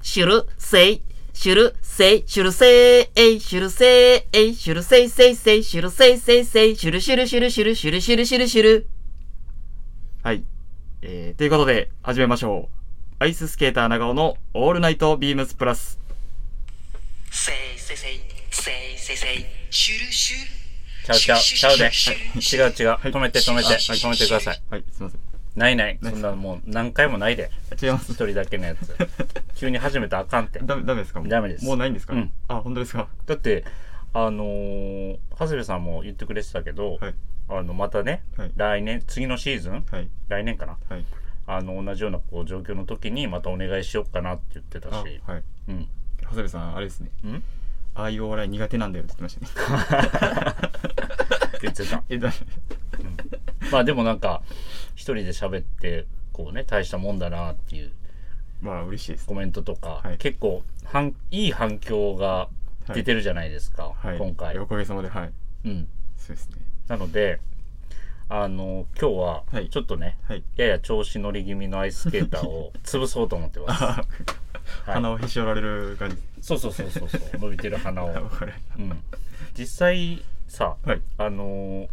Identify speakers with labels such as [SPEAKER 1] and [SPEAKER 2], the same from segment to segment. [SPEAKER 1] シュルセイ、シュルセイ、シュルセイ、エイ、シュルセイ、エイ、シュルセイセイセイ、シュルセイセイセイ、シュルシュルシュルシュルシュルシュルシュルシュル。
[SPEAKER 2] はい。えー、ということで、始めましょう。アイススケーター長尾のオールナイトビームスプラス。
[SPEAKER 3] せいせいせいせいせいせいシュルシュル
[SPEAKER 4] ちゃうちゃう、ちゃうで。違う違う。止めて止めて、
[SPEAKER 3] はい
[SPEAKER 4] 止めてください。
[SPEAKER 2] はい、すいません。
[SPEAKER 4] ないない。そんなのもう何回もないで。
[SPEAKER 2] 違います
[SPEAKER 4] 一人だけのやつ。急に始めたらあかんって。
[SPEAKER 2] ダメ、ダメですかもう
[SPEAKER 4] ダメです
[SPEAKER 2] もうないんですか、
[SPEAKER 4] うん
[SPEAKER 2] あ、本当ですか
[SPEAKER 4] だって、あのー、長谷部さんも言ってくれてたけど、
[SPEAKER 2] はい。
[SPEAKER 4] あの、またね、
[SPEAKER 2] はい
[SPEAKER 4] 来年、次のシーズン、
[SPEAKER 2] はい。
[SPEAKER 4] 来年かな。
[SPEAKER 2] はい。
[SPEAKER 4] あの、同じようなこう状況の時にまたお願いしようかなって言ってた
[SPEAKER 2] あ、
[SPEAKER 4] し。
[SPEAKER 2] はい。
[SPEAKER 4] うん。
[SPEAKER 2] 長谷部さん、あれですね。
[SPEAKER 4] ん
[SPEAKER 2] ああいうお笑い苦手なんだよって言ってましたね。
[SPEAKER 4] 言っ てた。
[SPEAKER 2] え、だ
[SPEAKER 4] まあでもなんか、一人で喋って、こうね、大したもんだなっていう。
[SPEAKER 2] まあ、嬉しいです
[SPEAKER 4] コ。メントとか、
[SPEAKER 2] はい
[SPEAKER 4] 結構反いい反響が出てるじゃないですか、
[SPEAKER 2] はい。
[SPEAKER 4] 今回、
[SPEAKER 2] おかげさまで、はい。
[SPEAKER 4] うん、
[SPEAKER 2] そうですね。
[SPEAKER 4] なのであの今日は
[SPEAKER 2] はい
[SPEAKER 4] ちょっとね、
[SPEAKER 2] はい。
[SPEAKER 4] やや調子乗り気味のアイススケーターを 潰そうと思ってます、は
[SPEAKER 2] あ、 鼻をへし折られる感じ。
[SPEAKER 4] い、そうそうそうそうそう伸びてる 鼻を、
[SPEAKER 2] わかり
[SPEAKER 4] うん、実際さ
[SPEAKER 2] ましたはい。
[SPEAKER 4] あの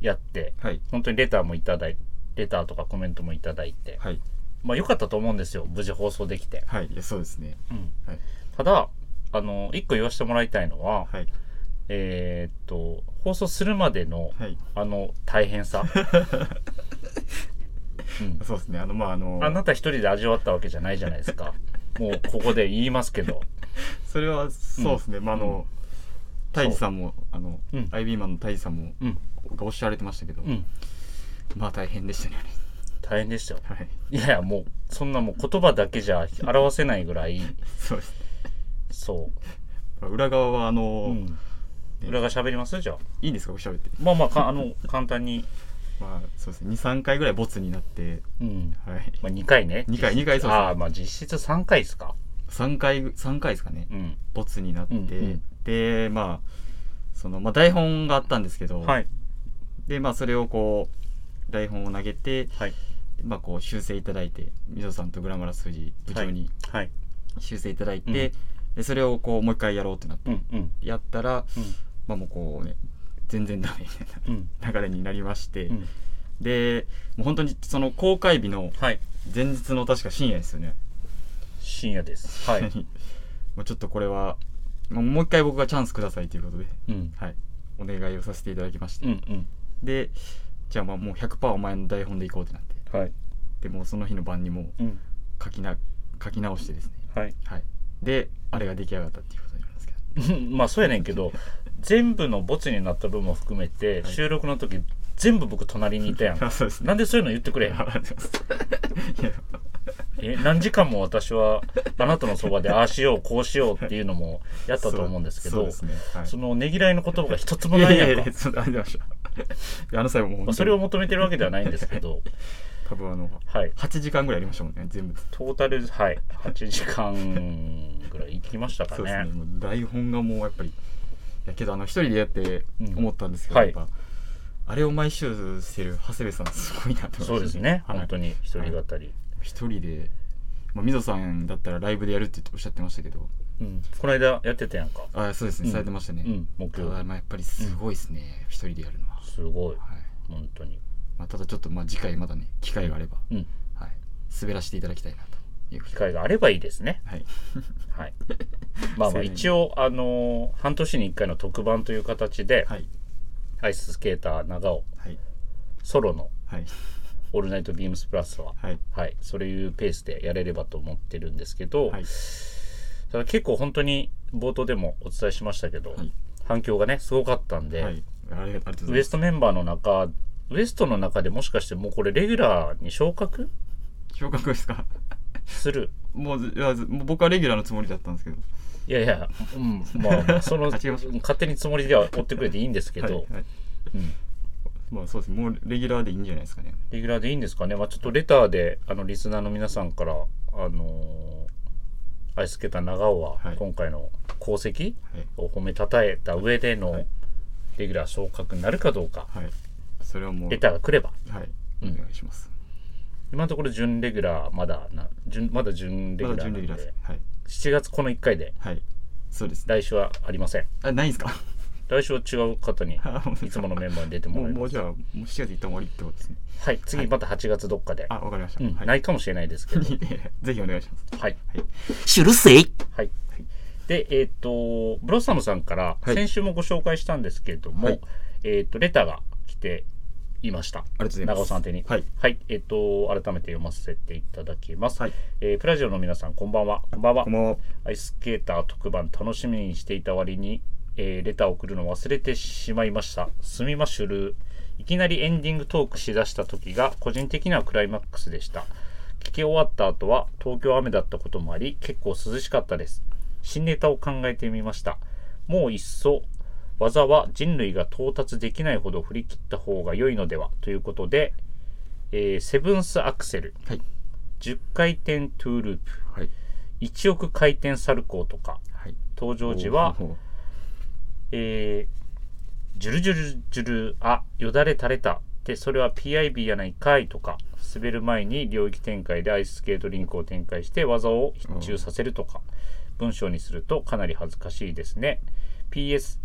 [SPEAKER 4] やって
[SPEAKER 2] はい。
[SPEAKER 4] 本当にレターもいただいてレターとかコメントもいただいて、
[SPEAKER 2] はい。
[SPEAKER 4] まあ良かったと思うんですよ無事放送できて、
[SPEAKER 2] はい。いや、そうですね。
[SPEAKER 4] うん
[SPEAKER 2] はい
[SPEAKER 4] ただあの一個言わせてもらいたいのは、
[SPEAKER 2] はい。
[SPEAKER 4] えーっと放送するまでの、
[SPEAKER 2] はい。
[SPEAKER 4] あの大変さ、うん
[SPEAKER 2] そうですね。あの、まあ、あの、
[SPEAKER 4] あなた一人で味わったわけじゃないじゃないです かもうここで言いますけど
[SPEAKER 2] それは、そうですね。まあ、あの、タイジさんも、あの、
[SPEAKER 4] うん
[SPEAKER 2] アイビーマンのタイジさんも、
[SPEAKER 4] うん
[SPEAKER 2] がおっしゃられてましたけど、
[SPEAKER 4] うん
[SPEAKER 2] まあ、大変でしたね。
[SPEAKER 4] 大変でしたよ
[SPEAKER 2] あれはい。
[SPEAKER 4] いやいやもうそんなもう言葉だけじゃ表せないぐらい
[SPEAKER 2] そうですね。
[SPEAKER 4] そ
[SPEAKER 2] まあ裏側は、あの
[SPEAKER 4] う、、うん、裏が喋りますじゃあ
[SPEAKER 2] いいんですか、おしゃべって。
[SPEAKER 4] まあまあかあの簡単に、
[SPEAKER 2] まあ、そうですね。2、3回ぐらいボツになって、
[SPEAKER 4] うん
[SPEAKER 2] はい。
[SPEAKER 4] まあ、2回ね
[SPEAKER 2] 2回、2回そう
[SPEAKER 4] ああ
[SPEAKER 2] で
[SPEAKER 4] まあ実質3回ですか
[SPEAKER 2] す。3回、三回ですかね。
[SPEAKER 4] うん
[SPEAKER 2] ボツになって、
[SPEAKER 4] うんうん
[SPEAKER 2] で、まあ、その、まあ、台本があったんですけど、
[SPEAKER 4] はい
[SPEAKER 2] で、まあ、それをこう、台本を投げて、
[SPEAKER 4] はい
[SPEAKER 2] まあ、こう修正いただいてみぞさんとグラマラス藤部長に
[SPEAKER 4] はい
[SPEAKER 2] 修正いただいて、
[SPEAKER 4] うん
[SPEAKER 2] でそれをこうもう一回やろうってなって
[SPEAKER 4] うんうん
[SPEAKER 2] やったら、
[SPEAKER 4] うん
[SPEAKER 2] まあもうこうね全然ダメみたい
[SPEAKER 4] うん
[SPEAKER 2] な流れになりまして、
[SPEAKER 4] うん
[SPEAKER 2] でもう本当にその公開日の
[SPEAKER 4] はい
[SPEAKER 2] 前日の確か深夜ですよね、
[SPEAKER 4] 深夜です はい
[SPEAKER 2] もうちょっとこれはもうもう一回僕がチャンスくださいということで、
[SPEAKER 4] うん
[SPEAKER 2] はい、お願いをさせていただきまして、
[SPEAKER 4] うん
[SPEAKER 2] でじゃあまあもう100%お前の台本でいこうってなって
[SPEAKER 4] うんはい
[SPEAKER 2] でもうその日の晩にもう
[SPEAKER 4] うん
[SPEAKER 2] 書きな書き直してですね
[SPEAKER 4] はい
[SPEAKER 2] はい、であれが出来上がったっていうことになりますけど
[SPEAKER 4] まあそうやねんけど全部のボツになった分も含めて収録の時全部僕隣にいたや ん
[SPEAKER 2] あそうですね
[SPEAKER 4] なんでそういうの言ってくれへ
[SPEAKER 2] あ
[SPEAKER 4] ん
[SPEAKER 2] りがとうございます
[SPEAKER 4] え何時間も私はあなたのそ ばでああしようこうしようっていうのもやったと思うんですけ
[SPEAKER 2] そう
[SPEAKER 4] ど
[SPEAKER 2] ですね、はい、
[SPEAKER 4] そのねぎらいの言葉が一つも
[SPEAKER 2] い
[SPEAKER 4] な
[SPEAKER 2] や
[SPEAKER 4] い
[SPEAKER 2] いやい
[SPEAKER 4] や
[SPEAKER 2] や
[SPEAKER 4] ん か
[SPEAKER 2] ちょっとありがとうございましたいやあの際はもう本当
[SPEAKER 4] まあ
[SPEAKER 2] に
[SPEAKER 4] それを求めてるわけではないんです けど
[SPEAKER 2] 多分あの
[SPEAKER 4] はい
[SPEAKER 2] 8時間ぐらいありましたもんね全部
[SPEAKER 4] トータルはい8時間ぐらい行きましたか
[SPEAKER 2] そうですね
[SPEAKER 4] ね
[SPEAKER 2] もう台本がもうやっぱりいやけどあの一人でやって
[SPEAKER 4] うん
[SPEAKER 2] 思ったんですけど、
[SPEAKER 4] はい
[SPEAKER 2] やっぱあれを毎週してる長谷部さんすごいなと思いました
[SPEAKER 4] そうですね
[SPEAKER 2] はい
[SPEAKER 4] 本当に一人語り
[SPEAKER 2] 一人で、まあ、みぞさんだったらライブでやるっておっしゃってましたけど
[SPEAKER 4] うんこの間やってたやんか
[SPEAKER 2] あそうですね、
[SPEAKER 4] うん
[SPEAKER 2] されてましたね、
[SPEAKER 4] うん木
[SPEAKER 2] た
[SPEAKER 4] 曜
[SPEAKER 2] だまあやっぱりすごいですね、一人でやるのは、
[SPEAKER 4] す
[SPEAKER 2] は
[SPEAKER 4] ごい
[SPEAKER 2] い
[SPEAKER 4] 本当に
[SPEAKER 2] まあ、ただちょっとまあ次回まだね機会があれば、
[SPEAKER 4] うん
[SPEAKER 2] はい、滑らせていただきたいなという
[SPEAKER 4] 機会があればいいですね
[SPEAKER 2] はい
[SPEAKER 4] はいまあま
[SPEAKER 2] そう
[SPEAKER 4] あ
[SPEAKER 2] ね
[SPEAKER 4] 一応あのー半年に1回の特番という形で、
[SPEAKER 2] はい
[SPEAKER 4] アイススケーター長尾
[SPEAKER 2] はい
[SPEAKER 4] ソロの
[SPEAKER 2] はい
[SPEAKER 4] 「オールナイトビームスプラスは」
[SPEAKER 2] はい
[SPEAKER 4] はい、そういうペースでやれればと思ってるんですけど、
[SPEAKER 2] はい
[SPEAKER 4] ただ結構本当に冒頭でもお伝えしましたけど、
[SPEAKER 2] はい
[SPEAKER 4] 反響がねすごかったんで、
[SPEAKER 2] はいありがありがとうござ
[SPEAKER 4] ウ
[SPEAKER 2] い
[SPEAKER 4] エ
[SPEAKER 2] ま
[SPEAKER 4] ス
[SPEAKER 2] す
[SPEAKER 4] トメンバーの中ウエストの中でもしかしてもうこれレギュラーに昇格
[SPEAKER 2] 昇格ですか
[SPEAKER 4] する
[SPEAKER 2] もうずいやずもう僕はレギュラーのつもりだったんですけど
[SPEAKER 4] いやいや、うん、まあ、その、
[SPEAKER 2] あ 違います
[SPEAKER 4] 勝手につもりでは追ってくれていいんですけど、
[SPEAKER 2] はいはい
[SPEAKER 4] うん
[SPEAKER 2] まあそうですねもうレギュラーでいいんじゃないですかね
[SPEAKER 4] レギュラーでいいんですかね、まあ、ちょっとレターで、あの、リスナーの皆さんから、あのー、アイスケーター長尾は
[SPEAKER 2] はい、
[SPEAKER 4] 今回の功績
[SPEAKER 2] はい
[SPEAKER 4] を褒めたたえた上での
[SPEAKER 2] はい、
[SPEAKER 4] レギュラー昇格になるかどうか、
[SPEAKER 2] はいそれはもう
[SPEAKER 4] レターが来れば、
[SPEAKER 2] はい、
[SPEAKER 4] うん
[SPEAKER 2] お願いします
[SPEAKER 4] 今のところ準レギュラーまだな、準まだ準レギ
[SPEAKER 2] ま
[SPEAKER 4] ュ
[SPEAKER 2] だ
[SPEAKER 4] ラ
[SPEAKER 2] 準
[SPEAKER 4] ーな
[SPEAKER 2] レギ
[SPEAKER 4] ん
[SPEAKER 2] ュラーです
[SPEAKER 4] で。
[SPEAKER 2] はい。
[SPEAKER 4] 7月この1回で
[SPEAKER 2] はい。そうですね。
[SPEAKER 4] 来週はありません
[SPEAKER 2] あ、ないんですか
[SPEAKER 4] 来週は違う方に
[SPEAKER 2] あ本当ですか
[SPEAKER 4] いつものメンバーに出て
[SPEAKER 2] も
[SPEAKER 4] もら
[SPEAKER 2] う、
[SPEAKER 4] い
[SPEAKER 2] も
[SPEAKER 4] ま
[SPEAKER 2] う
[SPEAKER 4] す
[SPEAKER 2] じゃあ、もう7月一旦終わりってことですね。
[SPEAKER 4] はい次また8月どっかで、
[SPEAKER 2] あ、わかりました。
[SPEAKER 4] うん
[SPEAKER 2] はい
[SPEAKER 4] ないかもしれないですけ ど
[SPEAKER 2] ぜひお願いします。
[SPEAKER 4] はい
[SPEAKER 1] シュルセイ
[SPEAKER 4] はいでえっ、とブロッサムさんから
[SPEAKER 2] はい
[SPEAKER 4] 先週もご紹介したんですけれども、
[SPEAKER 2] はい
[SPEAKER 4] えっ、とレターが来ていました
[SPEAKER 2] ありがとうございます
[SPEAKER 4] 長尾さん宛てに
[SPEAKER 2] はい
[SPEAKER 4] えっ、と改めて読ませていただきます、
[SPEAKER 2] はい
[SPEAKER 4] えープラジオの皆さんこんばんはこんばんは
[SPEAKER 2] こんばんは。
[SPEAKER 4] アイススケーター特番楽しみにしていた割に、えーレターを送るの忘れてしまいました。すみましゅるー。いきなりエンディングトークしだした時が個人的にはクライマックスでした。聞き終わった後は東京雨だったこともあり結構涼しかったです。新ネタを考えてみました。もういっそ技は人類が到達できないほど振り切った方が良いのではということで、えーセブンスアクセル、
[SPEAKER 2] はい
[SPEAKER 4] 10回転トゥーループ、
[SPEAKER 2] はい。
[SPEAKER 4] 1億回転サルコーとか
[SPEAKER 2] はい。
[SPEAKER 4] 登場時は
[SPEAKER 2] おー、
[SPEAKER 4] えージュルジュルジュルあよだれ垂れたでそれは PIB やないかいとか滑る前に領域展開でアイススケートリンクを展開して技を必中させるとか文章にするとかなり恥ずかしいですね PS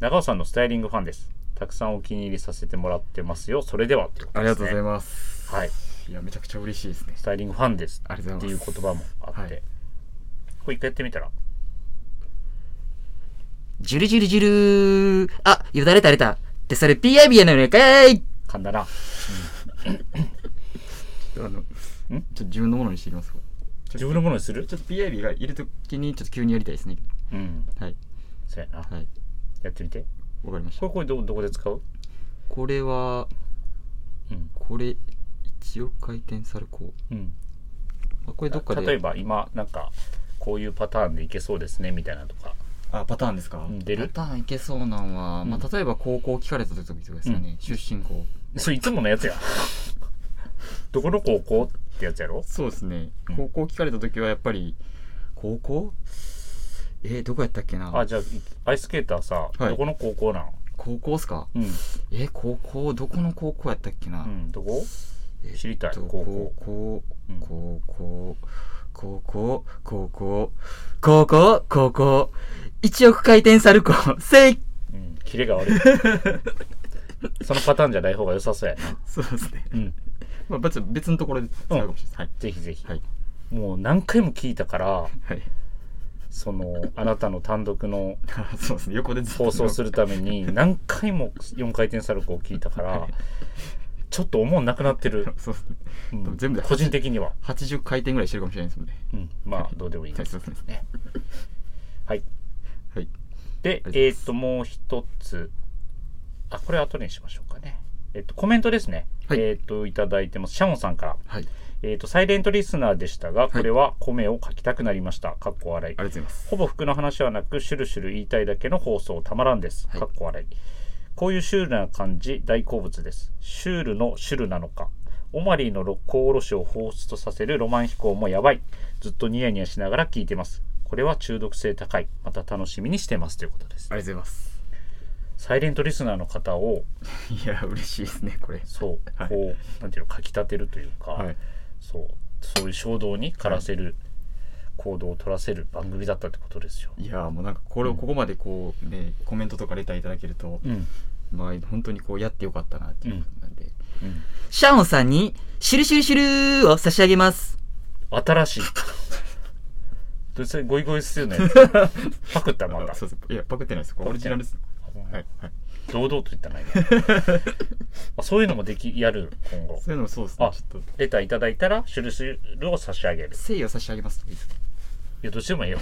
[SPEAKER 4] 長尾さんのスタイリングファンですたくさんお気に入りさせてもらってますよそれではということ
[SPEAKER 2] あり
[SPEAKER 4] で
[SPEAKER 2] が
[SPEAKER 4] す
[SPEAKER 2] とう
[SPEAKER 4] ね
[SPEAKER 2] ございます。
[SPEAKER 4] はい
[SPEAKER 2] いや、めちゃくちゃ嬉しいですね。
[SPEAKER 4] スタイリングファンです
[SPEAKER 2] ありがとうござい
[SPEAKER 4] ってい
[SPEAKER 2] うます
[SPEAKER 4] 言葉もあって、
[SPEAKER 2] はい
[SPEAKER 4] これ一回やってみたら
[SPEAKER 1] ジュルジュルジュルあ、よだれ垂れた。ってそれ PIB やないのかい
[SPEAKER 4] 噛んだな
[SPEAKER 2] ちょっとあの、ちょっと自分のものにしていきますか。
[SPEAKER 4] 自分のものにする
[SPEAKER 2] ちょっと PIB がいるときに、ちょっと急にやりたいですね。
[SPEAKER 4] うん
[SPEAKER 2] はい。
[SPEAKER 4] そうやな、
[SPEAKER 2] はい。
[SPEAKER 4] やってみて
[SPEAKER 2] わかりまし
[SPEAKER 4] こ
[SPEAKER 2] た
[SPEAKER 4] れ。これどどこで使う
[SPEAKER 2] これは、
[SPEAKER 4] うん、
[SPEAKER 2] これ、一応回転サルコー。
[SPEAKER 4] うん、
[SPEAKER 2] あこれどっかで。
[SPEAKER 4] 例えば今なんかこういうパターンでいけそうですねみたいなとか
[SPEAKER 2] あ、パターンですか
[SPEAKER 4] うん出る
[SPEAKER 2] パターンいけそうなんは、ま
[SPEAKER 4] うん
[SPEAKER 2] あ、例えば高校聞かれた時とかですかね、出身校。
[SPEAKER 4] それいつものやつや どこの高校ってやつやろ
[SPEAKER 2] そうですね
[SPEAKER 4] うん。
[SPEAKER 2] 高校聞かれた時はやっぱり、高校えー、どこやったっけな
[SPEAKER 4] あじゃあアイススケーターさ、
[SPEAKER 2] はい
[SPEAKER 4] どこの高校なん
[SPEAKER 2] 高校っすか
[SPEAKER 4] うん、
[SPEAKER 2] えー、高校、どこの高校やったっけな、
[SPEAKER 4] うん、どこ
[SPEAKER 2] えーっと
[SPEAKER 4] 知りたい高
[SPEAKER 2] 高
[SPEAKER 4] 校
[SPEAKER 2] 校、高
[SPEAKER 4] うん
[SPEAKER 2] 校、高校、高校、高校、高校、1億回転サルコー、せい
[SPEAKER 4] うん、キレ が悪いそのパターンじゃない方が良さそうやな
[SPEAKER 2] そうですね。
[SPEAKER 4] うん
[SPEAKER 2] まあ、別別のところで使うかもしれない。
[SPEAKER 4] ぜひぜひ、
[SPEAKER 2] はい。
[SPEAKER 4] もう何回も聞いたから
[SPEAKER 2] はい。
[SPEAKER 4] そのあなたの単独の
[SPEAKER 2] はい、 そうですね。横でずっと
[SPEAKER 4] 放送するため に何回も4回転サルコーを聞いたからちょっと思うなくなってる、
[SPEAKER 2] そうですね。
[SPEAKER 4] うん
[SPEAKER 2] 全部で
[SPEAKER 4] 個人的には、
[SPEAKER 2] 80回転ぐらいしてるかもしれないですもんね。
[SPEAKER 4] うん、まあどうでもいい
[SPEAKER 2] は
[SPEAKER 4] で
[SPEAKER 2] い、
[SPEAKER 4] す
[SPEAKER 2] そうですね。
[SPEAKER 4] はい
[SPEAKER 2] はい。
[SPEAKER 4] で
[SPEAKER 2] ありがとうござ
[SPEAKER 4] え
[SPEAKER 2] い
[SPEAKER 4] っ、
[SPEAKER 2] ます
[SPEAKER 4] ともう一つあこれ後にしましょうかねえっ、とコメントですね、
[SPEAKER 2] はい
[SPEAKER 4] えっ、といただいてますシャオンさんから
[SPEAKER 2] はい。
[SPEAKER 4] えっ、とサイレントリスナーでしたがこれは米を書きたくなりましたかっこ
[SPEAKER 2] あ
[SPEAKER 4] 笑い
[SPEAKER 2] りがとうございます。
[SPEAKER 4] ほぼ服の話はなく、シュルシュル言いたいだけの放送たまらんです。
[SPEAKER 2] はい
[SPEAKER 4] かっこ笑い。こういうシュールな感じ、大好物です。シュールのシュルなのか。オマリーの六甲おろしを彷彿とさせるロマン飛行もやばい。ずっとニヤニヤしながら聞いてます。これは中毒性高い。また楽しみにしてますということです。
[SPEAKER 2] ありがとうございます。
[SPEAKER 4] サイレントリスナーの方を、
[SPEAKER 2] いや、嬉しいですね、これ。
[SPEAKER 4] そう、
[SPEAKER 2] はい
[SPEAKER 4] こう、なんていうの、かきたてるというか、
[SPEAKER 2] はい。
[SPEAKER 4] そう、そういう衝動に駆らせる、行動を取らせる番組だったってことですよ。
[SPEAKER 2] いや、もうなんか、これをここまでこう、ね、コメントとかレターいただけると、
[SPEAKER 4] うん。
[SPEAKER 2] まあ、本当にこう、やってよかったなっていうことなんで。
[SPEAKER 4] うん
[SPEAKER 1] シャオンさんに、シュルシュルシュルを差し上げます。
[SPEAKER 4] 新しい。どうせゴイゴイす るのやつ。パクったまだ。
[SPEAKER 2] そうそう。いや、パクってないです。これオリジナルです。はい。はい。
[SPEAKER 4] 堂々と 言ったな、今。あそういうのもでき、やる、今後
[SPEAKER 2] そ。ういうのもそうです
[SPEAKER 4] あ
[SPEAKER 2] ね。ちょっと、
[SPEAKER 4] レターいただいたら、シュルシュルを差し上げる。
[SPEAKER 2] 誠意を差し上げます。
[SPEAKER 4] いや、どっちで もいいよ。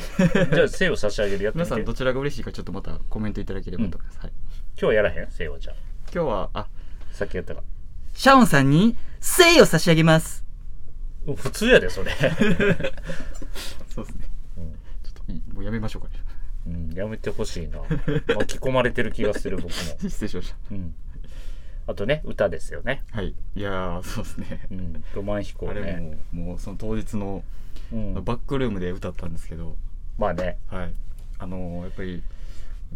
[SPEAKER 4] じゃあ、せいを差し上げるやって
[SPEAKER 2] 皆
[SPEAKER 4] みて
[SPEAKER 2] さん、どちらが嬉しいか、ちょっとまたコメントいただければと思います。はい。
[SPEAKER 4] 今日はやらへんせいはじゃあ。
[SPEAKER 2] 今日は、あ、
[SPEAKER 4] さっきやったか
[SPEAKER 1] シャオンさんに、せいを差し上げます。
[SPEAKER 4] ら。普通やで、 それ。
[SPEAKER 2] そうですね。
[SPEAKER 4] うん
[SPEAKER 2] ちょっといい、もうやめましょうか ね。
[SPEAKER 4] うん、やめてほしいな。巻き込まれてる気がする、僕も。
[SPEAKER 2] 失礼しまし
[SPEAKER 4] うん。あとね、歌ですよね。
[SPEAKER 2] た。はい。いやー、そうですね
[SPEAKER 4] う。ん。ロマン飛行
[SPEAKER 2] あれ
[SPEAKER 4] ね。
[SPEAKER 2] も、もうその当日の
[SPEAKER 4] うん。
[SPEAKER 2] バックルームで歌ったんですけど、
[SPEAKER 4] まあね。
[SPEAKER 2] はい。あのーやっぱり、やっ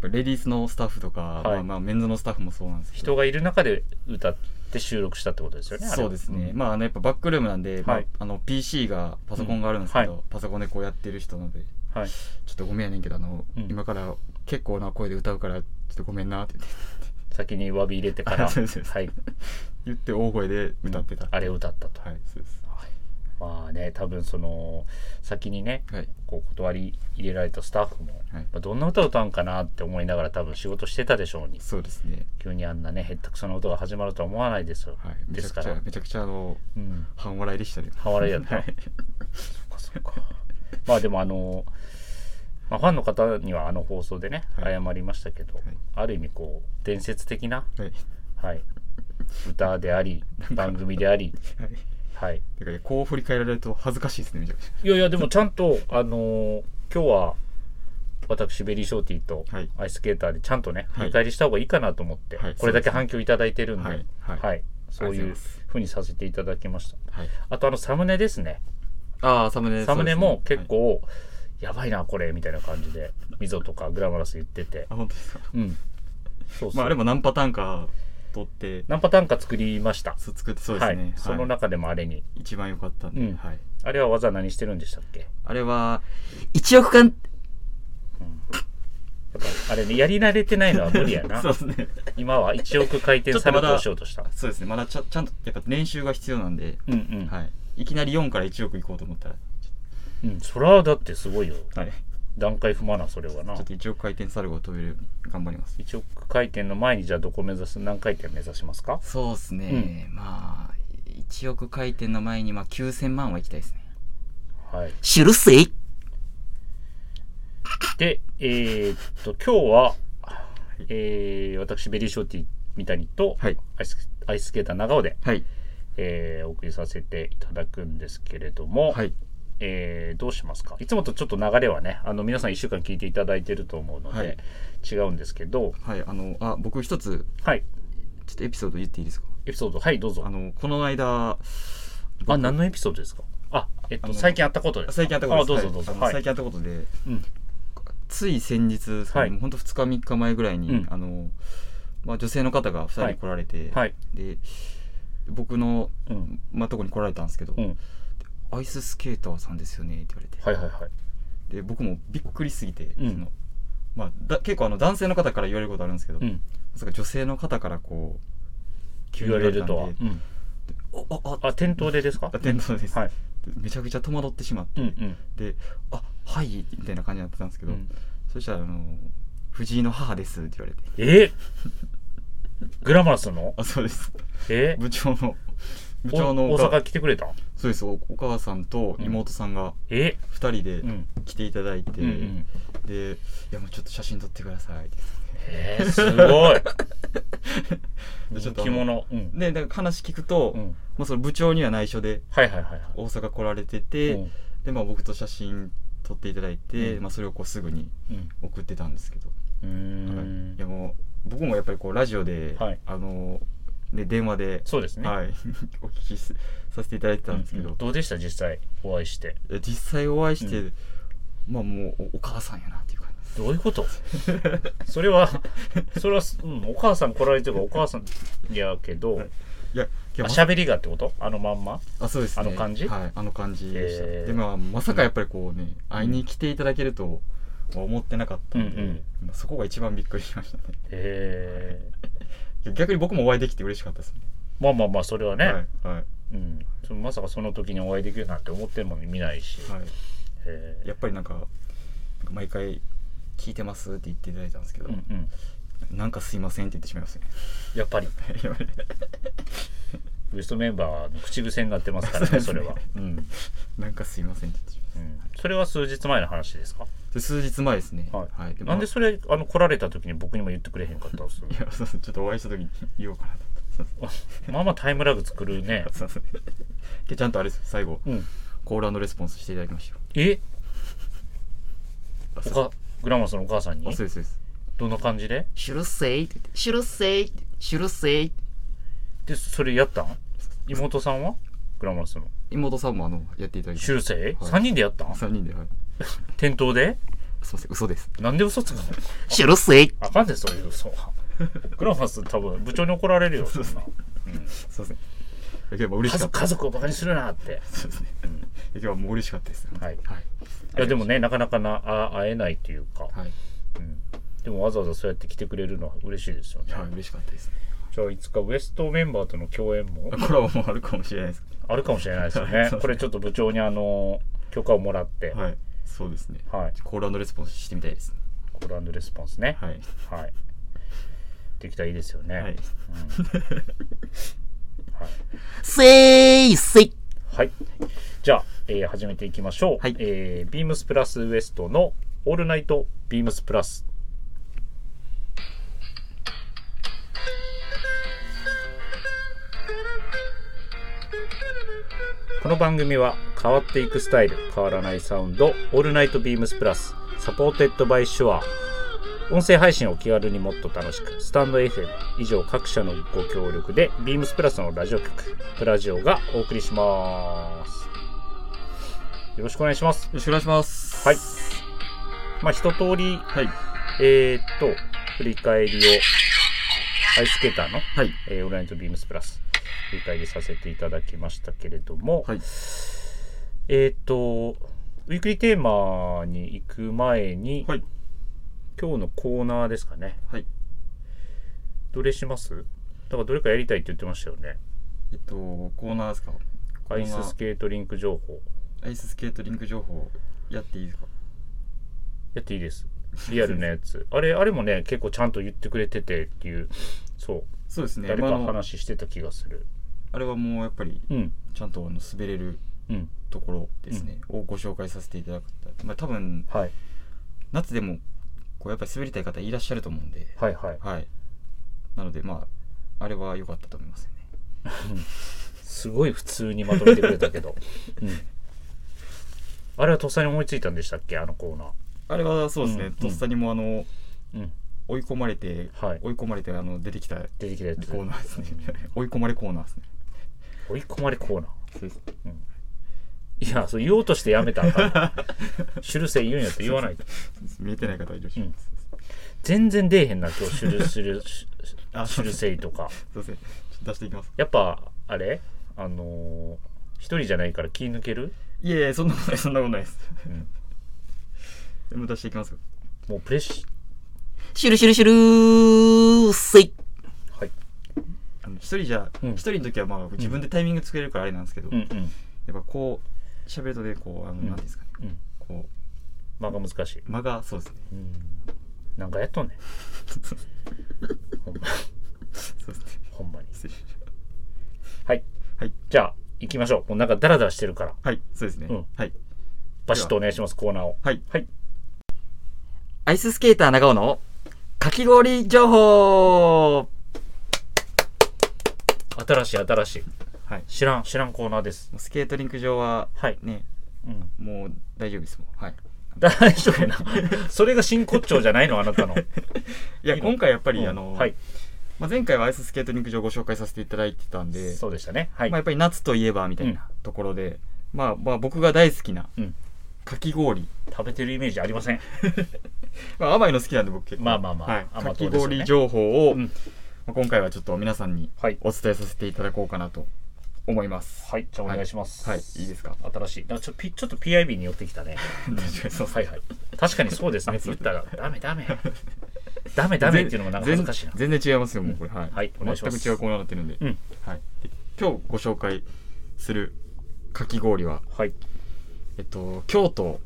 [SPEAKER 2] ぱレディースのスタッフとか、
[SPEAKER 4] はい
[SPEAKER 2] まあまあメンズのスタッフもそうなんですけど、
[SPEAKER 4] 人がいる中で歌っって収録したってことですよね。あれは
[SPEAKER 2] そうですね、。まああのやっぱバックルームなんで、まあ
[SPEAKER 4] はい
[SPEAKER 2] あの PC がパソコンがあるんですけど、
[SPEAKER 4] うんは
[SPEAKER 2] パソコンでこうやってる人なので
[SPEAKER 4] はい。
[SPEAKER 2] ちょっとごめんやねんけどあの、
[SPEAKER 4] うん
[SPEAKER 2] 今から結構な声で歌うからちょっとごめんなって 言って
[SPEAKER 4] 先に詫び入れてから、
[SPEAKER 2] あ そうですそうです
[SPEAKER 4] はい。
[SPEAKER 2] 言って大声で歌ってた、
[SPEAKER 4] あれを歌ったと。
[SPEAKER 2] はいそうです
[SPEAKER 4] はいまあね、多分その、先にね、
[SPEAKER 2] はい
[SPEAKER 4] こう断り入れられたスタッフも、
[SPEAKER 2] はい
[SPEAKER 4] まあ、どんな歌歌うんかなって思いながら多分仕事してたでしょうに
[SPEAKER 2] そうですね
[SPEAKER 4] 急にあんなねへったくそな音が始まるとは思わないですよ、
[SPEAKER 2] はいめ
[SPEAKER 4] で
[SPEAKER 2] ちゃ
[SPEAKER 4] す
[SPEAKER 2] く
[SPEAKER 4] か
[SPEAKER 2] ちゃ
[SPEAKER 4] ら
[SPEAKER 2] めちゃくちゃあの
[SPEAKER 4] うん
[SPEAKER 2] 半笑いでしたね
[SPEAKER 4] 半笑いだった
[SPEAKER 2] はい
[SPEAKER 4] そっかそっかまあでもあの、まあ、ファンの方にはあの放送でね、
[SPEAKER 2] はい
[SPEAKER 4] 謝りましたけど、
[SPEAKER 2] い
[SPEAKER 4] ある意味こう伝説的な、
[SPEAKER 2] はい
[SPEAKER 4] はい、歌であ り番組であり
[SPEAKER 2] はい
[SPEAKER 4] はい
[SPEAKER 2] だからこう振り返られると恥ずかしいですねめちゃくち
[SPEAKER 4] いやいやでもちゃんとあの今日は私ベリーショーティーと
[SPEAKER 2] はい
[SPEAKER 4] アイススケーターでちゃんとね、
[SPEAKER 2] はい
[SPEAKER 4] 振り返りした方がいいかなと思って、
[SPEAKER 2] はい
[SPEAKER 4] これだけ反響いただいてるんで、
[SPEAKER 2] は
[SPEAKER 4] はいい
[SPEAKER 2] はい
[SPEAKER 4] そう
[SPEAKER 2] ありがとうござい
[SPEAKER 4] いう
[SPEAKER 2] ます
[SPEAKER 4] ふうにさせていただきました
[SPEAKER 2] ゃはい
[SPEAKER 4] あとあのサムネですね
[SPEAKER 2] ああサムネ
[SPEAKER 4] サムネも結
[SPEAKER 2] はい
[SPEAKER 4] 構、やばいなこれみたいな感じで溝とかグラマラス言ってて
[SPEAKER 2] あ本当ですか
[SPEAKER 4] うんそうそう、
[SPEAKER 2] まああれも何パターンか取って
[SPEAKER 4] 何パターンか作りました
[SPEAKER 2] そう作ってそうですね、
[SPEAKER 4] はい、その中でもあれに
[SPEAKER 2] 一番良かったんで、
[SPEAKER 4] うん
[SPEAKER 2] はい、
[SPEAKER 4] あれは技何してるんでしたっけや
[SPEAKER 2] あれは
[SPEAKER 1] 1億巻
[SPEAKER 4] っぱあれねやり慣れてないのは無理や な
[SPEAKER 2] そうですね
[SPEAKER 4] 今は1億回転サルトをしようとした
[SPEAKER 2] そうですねまだちゃちゃんとやっぱ練習が必要なんで、
[SPEAKER 4] うんうん、
[SPEAKER 2] はい、いきなり4から1億いこうと思ったら、
[SPEAKER 4] うん、それはだってすごいよ
[SPEAKER 2] はい、
[SPEAKER 4] 段階踏まなそれはな
[SPEAKER 2] ちょっと1億回転サルゴを飛べるように頑張ります
[SPEAKER 4] 1億回転の前にじゃあどこ目指す何回転目指しますか
[SPEAKER 2] そうですね、まあ1億回転の前にまあ9000万は行きたいですね
[SPEAKER 4] はい
[SPEAKER 1] シュルセイ
[SPEAKER 4] でえーっと今日は、えー私ベリーショーティー三谷と、
[SPEAKER 2] はい
[SPEAKER 4] アイスアイススケーター長尾で、
[SPEAKER 2] はい
[SPEAKER 4] えーお送りさせていただくんですけれども、
[SPEAKER 2] はい
[SPEAKER 4] えーどうしますかいつもとちょっと流れはねあの皆さん1週間聞いていただいてると思うので、
[SPEAKER 2] はい
[SPEAKER 4] 違うんですけど
[SPEAKER 2] はいあのあ僕一つ
[SPEAKER 4] はい
[SPEAKER 2] ちょっとエピソード言っていいですか
[SPEAKER 4] エピソードはいどうぞ
[SPEAKER 2] あのこの間僕
[SPEAKER 4] あ何のエピソードですかあえっ
[SPEAKER 2] あ
[SPEAKER 4] と
[SPEAKER 2] の
[SPEAKER 4] 最近あったことですか
[SPEAKER 2] 最近あったことです
[SPEAKER 4] あどうぞどうぞ、
[SPEAKER 2] はいあの
[SPEAKER 4] はい
[SPEAKER 2] 最近あったことで
[SPEAKER 4] うん
[SPEAKER 2] つい先日、
[SPEAKER 4] はい
[SPEAKER 2] もうほんと2日3日前ぐらいに、
[SPEAKER 4] うん
[SPEAKER 2] あのまあ、女性の方が2
[SPEAKER 4] はい
[SPEAKER 2] 人来られて、
[SPEAKER 4] はい
[SPEAKER 2] で僕の、
[SPEAKER 4] うん
[SPEAKER 2] まあ、とこに来られたんですけど、
[SPEAKER 4] うん
[SPEAKER 2] アイススケーターさんですよね」って言われて、
[SPEAKER 4] はいはいはい
[SPEAKER 2] で僕もびっくりしすぎて、
[SPEAKER 4] うん
[SPEAKER 2] そのまあ、だ結構あの男性の方から言われることあるんですけど、
[SPEAKER 4] うん
[SPEAKER 2] まさか女性の方からこう急
[SPEAKER 4] 言
[SPEAKER 2] に
[SPEAKER 4] われる
[SPEAKER 2] たん
[SPEAKER 4] とは、
[SPEAKER 2] で
[SPEAKER 4] うん
[SPEAKER 2] おおお
[SPEAKER 4] あ店頭でですか
[SPEAKER 2] あ店頭です、
[SPEAKER 4] はい
[SPEAKER 2] でめちゃくちゃ戸惑ってしまって、
[SPEAKER 4] うんうん
[SPEAKER 2] で「あはい」みたいな感じになってたんですけど、
[SPEAKER 4] うん
[SPEAKER 2] そしたらあの「藤井の母です」って言われて
[SPEAKER 4] えー、グラマラスの
[SPEAKER 2] あそうです
[SPEAKER 4] えー
[SPEAKER 2] 部長の部長の
[SPEAKER 4] お
[SPEAKER 2] お母
[SPEAKER 4] 大阪来てくれた
[SPEAKER 2] そうですおお母さんと妹さんが
[SPEAKER 4] え
[SPEAKER 2] 2人で
[SPEAKER 4] うん
[SPEAKER 2] 来ていただいて、
[SPEAKER 4] うんうん
[SPEAKER 2] で「いやもうちょっと写真撮ってください」って
[SPEAKER 4] えー、すごい
[SPEAKER 2] で ちょ
[SPEAKER 4] 人
[SPEAKER 2] っとあ
[SPEAKER 4] 気
[SPEAKER 2] の
[SPEAKER 4] 者うん、
[SPEAKER 2] でだから話聞くと、
[SPEAKER 4] うん、
[SPEAKER 2] まあ、その部長には内緒で
[SPEAKER 4] はいはいはいはい
[SPEAKER 2] 大阪来られてて、
[SPEAKER 4] うん
[SPEAKER 2] で、まあ、僕と写真撮っていただいて、
[SPEAKER 4] うん
[SPEAKER 2] まあ、それをこうすぐに
[SPEAKER 4] うん
[SPEAKER 2] 送ってたんですけど、
[SPEAKER 4] うー
[SPEAKER 2] はい
[SPEAKER 4] ん
[SPEAKER 2] いやもう僕もやっぱりこうラジオで、
[SPEAKER 4] はい
[SPEAKER 2] あのね、電話で、
[SPEAKER 4] そうですね、
[SPEAKER 2] はいお聞きしさせていただいてたんですけど、
[SPEAKER 4] うんうんどうでした実際お会いして
[SPEAKER 2] え実際お会いして、
[SPEAKER 4] う
[SPEAKER 2] まあもうおお母さんやなっていう感じです
[SPEAKER 4] どういうこと それはそれは、うん、お母さん来られてるからお母さんやけど、
[SPEAKER 2] いやい
[SPEAKER 4] あ
[SPEAKER 2] やま
[SPEAKER 4] 喋りがってことあのまんま
[SPEAKER 2] あそうですね
[SPEAKER 4] あの感じ
[SPEAKER 2] はいあの感じでした、
[SPEAKER 4] へー
[SPEAKER 2] でまあまさかやっぱりこうね会いに来ていただけるとは思ってなかったんで、
[SPEAKER 4] うん
[SPEAKER 2] まあそこが一番びっくりしましたね
[SPEAKER 4] へえ
[SPEAKER 2] いや逆に僕もお会いできて嬉しかったですね
[SPEAKER 4] まあまあまあそれはね、
[SPEAKER 2] はいはい
[SPEAKER 4] うん、そのまさかその時にお会いできるなんて思っても見ないし、
[SPEAKER 2] はい
[SPEAKER 4] えー
[SPEAKER 2] やっぱりなんかなんか毎回聞いてますって言っていただいたんですけど、
[SPEAKER 4] うんうん、
[SPEAKER 2] なんかすいませんって言ってしまいますね
[SPEAKER 4] やっぱりウエストメンバーの口癖になってますからねそれは、うん
[SPEAKER 2] なんかすいませんって言ってしまいま
[SPEAKER 4] うん、それは数日前の話ですか、
[SPEAKER 2] すで数日前ですね
[SPEAKER 4] はい
[SPEAKER 2] で
[SPEAKER 4] なん
[SPEAKER 2] ま
[SPEAKER 4] でそれあの来られた時に僕にも言ってくれへんかったんです
[SPEAKER 2] あいやそうそうちょっとお会いした時に言おうかなと思って
[SPEAKER 4] まあまあタイムラグ作るね
[SPEAKER 2] そうそうでちゃんとあれです最後
[SPEAKER 4] うん
[SPEAKER 2] コールレスポンスしていただきましたよ
[SPEAKER 4] え
[SPEAKER 2] あ
[SPEAKER 4] お
[SPEAKER 2] そう
[SPEAKER 4] かグラマスのお母さんに
[SPEAKER 2] あそうですそうです
[SPEAKER 4] どんな感じで
[SPEAKER 1] シュルセイシュルセイシュルセイ
[SPEAKER 4] でそれやったん妹さんはグラマスの
[SPEAKER 2] 妹さんもあのやっていただきまし
[SPEAKER 4] 修正、
[SPEAKER 2] はい
[SPEAKER 4] 三3人でやったん
[SPEAKER 2] た3人ではい
[SPEAKER 4] 店頭です
[SPEAKER 2] いません嘘です
[SPEAKER 4] なんで嘘つくの
[SPEAKER 1] シュルセイ
[SPEAKER 4] あかんでそういう嘘はグラマス多分部長に怒られるよそんな
[SPEAKER 2] そうですね。今日はもう嬉
[SPEAKER 4] 家
[SPEAKER 2] しかっ
[SPEAKER 4] 族
[SPEAKER 2] た。
[SPEAKER 4] 家族をバカにするなって
[SPEAKER 2] そうですね。今日はもう嬉しかったです。
[SPEAKER 4] はい
[SPEAKER 2] はい。
[SPEAKER 4] いやでもねなかなかなあ会えないというか、
[SPEAKER 2] はい。
[SPEAKER 4] うんでもわざわざそうやって来てくれるのは嬉しいですよね、
[SPEAKER 2] はい、嬉しかったですね。
[SPEAKER 4] じゃあいつかウエストメンバーとの共演も
[SPEAKER 2] コラボ もあるかもしれないです。
[SPEAKER 4] あるかもしれないですよ
[SPEAKER 2] そうで
[SPEAKER 4] ね
[SPEAKER 2] すね
[SPEAKER 4] これちょっと部長にあの許可をもらって、
[SPEAKER 2] はい。そうですね。
[SPEAKER 4] はい
[SPEAKER 2] コールレスポンスしてみたいですね。
[SPEAKER 4] コールレスポンスね
[SPEAKER 2] はい。
[SPEAKER 4] はい、できたらいいですよね
[SPEAKER 2] はい。
[SPEAKER 1] せいせい。
[SPEAKER 4] はい。じゃあ、えー始めていきましょう。
[SPEAKER 2] はい
[SPEAKER 4] えービームスプラスウエストのオールナイトビームスプラス。この番組は変わっていくスタイル、変わらないサウンド、オールナイトビームスプラス、サポーテッドバイシュア音声配信を気軽にもっと楽しく、スタンド FM 以上各社のご協力で、ビームスプラスのラジオ局、プラジオがお送りします。よろしくお願いします。
[SPEAKER 2] よろしくお願いします。
[SPEAKER 4] はい。まあ、一通り、
[SPEAKER 2] はい。
[SPEAKER 4] えー、っと、振り返りを、アイスケーターの、
[SPEAKER 2] はい。
[SPEAKER 4] えー、オールナイトビームスプラス、振り返りさせていただきましたけれども、
[SPEAKER 2] はい。
[SPEAKER 4] えー、っと、ウィークリーテーマに行く前に、
[SPEAKER 2] はい。
[SPEAKER 4] 今日のコーナーですかね。
[SPEAKER 2] はい。
[SPEAKER 4] どれしますだからどれかやりたいって言ってましたよね。
[SPEAKER 2] えっと、コーナーですかコ
[SPEAKER 4] ア
[SPEAKER 2] ー
[SPEAKER 4] イ
[SPEAKER 2] ナー
[SPEAKER 4] ススケートリンク情報。
[SPEAKER 2] アイススケートリンク情報やっていいですか
[SPEAKER 4] やっていいです。リアルなや つ。あれ、あれもね、結構ちゃんと言ってくれててっていう、そ
[SPEAKER 2] そうです
[SPEAKER 4] う、
[SPEAKER 2] ね。
[SPEAKER 4] 誰
[SPEAKER 2] まあ
[SPEAKER 4] か
[SPEAKER 2] あの
[SPEAKER 4] 話してた気がする。
[SPEAKER 2] あれはもうやっぱり、
[SPEAKER 4] うん、
[SPEAKER 2] ちゃんとあの滑れる
[SPEAKER 4] うん。
[SPEAKER 2] ところですね、をご紹介させていただくと。まあ多分、
[SPEAKER 4] はい、
[SPEAKER 2] 夏でも、こうやっぱり滑りたい方いらっしゃると思うんで、
[SPEAKER 4] はい、はい。
[SPEAKER 2] はい。なので、まあ、あれは良かったと思いますね。
[SPEAKER 4] すごい普通にまとめてくれ たけど。うん。あれはとっさに思いついたんでしたっけあのコーナー。
[SPEAKER 2] あれはそうですね、
[SPEAKER 4] うん
[SPEAKER 2] とっさにもあの、
[SPEAKER 4] うん。
[SPEAKER 2] 追い込まれて、
[SPEAKER 4] はい
[SPEAKER 2] 追い込まれてあの出てきた
[SPEAKER 4] 出てきたやつ。
[SPEAKER 2] コーナーですね。 追い込まれコーナーですね。
[SPEAKER 4] 追い込まれコーナー。
[SPEAKER 2] そうです
[SPEAKER 4] いや、そう言おうとしてやめたらあ かん。シュルセイ言うんやって言わないと。
[SPEAKER 2] 見えてない方いるし、
[SPEAKER 4] うん
[SPEAKER 2] す
[SPEAKER 4] 全然出えへんな、今日、シュルシュル、シュ
[SPEAKER 2] あ
[SPEAKER 4] シュルセイとか。
[SPEAKER 2] いませんちょっと出していきます
[SPEAKER 4] やっぱ、あれあのー一人じゃないから気抜ける、
[SPEAKER 2] いやいやそんなことないそんなことないです
[SPEAKER 4] うん、
[SPEAKER 2] でも出していきますよ
[SPEAKER 4] もうプレッシ、
[SPEAKER 1] シュルシュルシュルーせい。
[SPEAKER 4] はい。
[SPEAKER 2] あの一人じゃ一、
[SPEAKER 4] うん
[SPEAKER 2] 人の時はまあ自分でタイミング作れるからあれなんですけど、
[SPEAKER 4] う
[SPEAKER 2] や
[SPEAKER 4] んうん。
[SPEAKER 2] っぱこう喋るとでこうあの、
[SPEAKER 4] ん
[SPEAKER 2] なんていうんですかね
[SPEAKER 4] うん。
[SPEAKER 2] こ
[SPEAKER 4] 間が難しい。
[SPEAKER 2] う間がそうですね
[SPEAKER 4] うん。なんかやっとんねん。ほんま、
[SPEAKER 2] そうですね
[SPEAKER 4] ほんまに。
[SPEAKER 2] 失礼しました
[SPEAKER 4] はい。
[SPEAKER 2] はい
[SPEAKER 4] じゃあ、行きましょう。もうなんかダラダラしてるから。
[SPEAKER 2] はいそうですね、
[SPEAKER 4] うん
[SPEAKER 2] はい
[SPEAKER 4] バシッとお願いします、コーナーを。
[SPEAKER 2] はい
[SPEAKER 4] はい。
[SPEAKER 2] アイススケーター長尾のかき氷情報
[SPEAKER 4] 新しい、新しい。
[SPEAKER 2] はい
[SPEAKER 4] 知らん、知らんコーナーです。
[SPEAKER 2] スケートリンク上は
[SPEAKER 4] はい。
[SPEAKER 2] ね
[SPEAKER 4] うん。
[SPEAKER 2] もう大丈夫ですもんはい
[SPEAKER 4] 大丈夫な。 それが真骨頂じゃないのあなたの。
[SPEAKER 2] いや
[SPEAKER 4] いいの
[SPEAKER 2] 今回やっぱり、
[SPEAKER 4] うん
[SPEAKER 2] あの、
[SPEAKER 4] はい。
[SPEAKER 2] まあ、前回はアイススケートリンク場をご紹介させていただいてたんで、
[SPEAKER 4] そうでしたね。はい。
[SPEAKER 2] まあ、やっぱり夏といえばみたいなところで、まあ、まあ僕が大好きな
[SPEAKER 4] うん
[SPEAKER 2] かき氷、
[SPEAKER 4] 食べてるイメージありません。
[SPEAKER 2] まあ、甘いの好きなんで僕結構、
[SPEAKER 4] まあまあまあ
[SPEAKER 2] はい
[SPEAKER 4] 甘
[SPEAKER 2] か
[SPEAKER 4] 党
[SPEAKER 2] き
[SPEAKER 4] ですよね
[SPEAKER 2] 氷情報を、
[SPEAKER 4] うん
[SPEAKER 2] まあ、今回はちょっと皆さんに
[SPEAKER 4] はい。
[SPEAKER 2] お伝えさせていただこうかなと思います
[SPEAKER 4] はい。じゃあお願いします。
[SPEAKER 2] はいいいですか
[SPEAKER 4] 新しい。なんかちょピちょっと PIB に寄ってきたね。
[SPEAKER 2] 確かに そう
[SPEAKER 4] はいはい。確かにそうですね。言ったら、ダメダメ。ダメダメっていうのもなんか恥ずかしいな。
[SPEAKER 2] 全全然違いますよもうこれ、はい、
[SPEAKER 4] はいお願いします
[SPEAKER 2] 全く違うコーナーになってるんで、
[SPEAKER 4] うん
[SPEAKER 2] はい、で今日ご紹介するかき氷は、
[SPEAKER 4] はい。
[SPEAKER 2] えっと、京都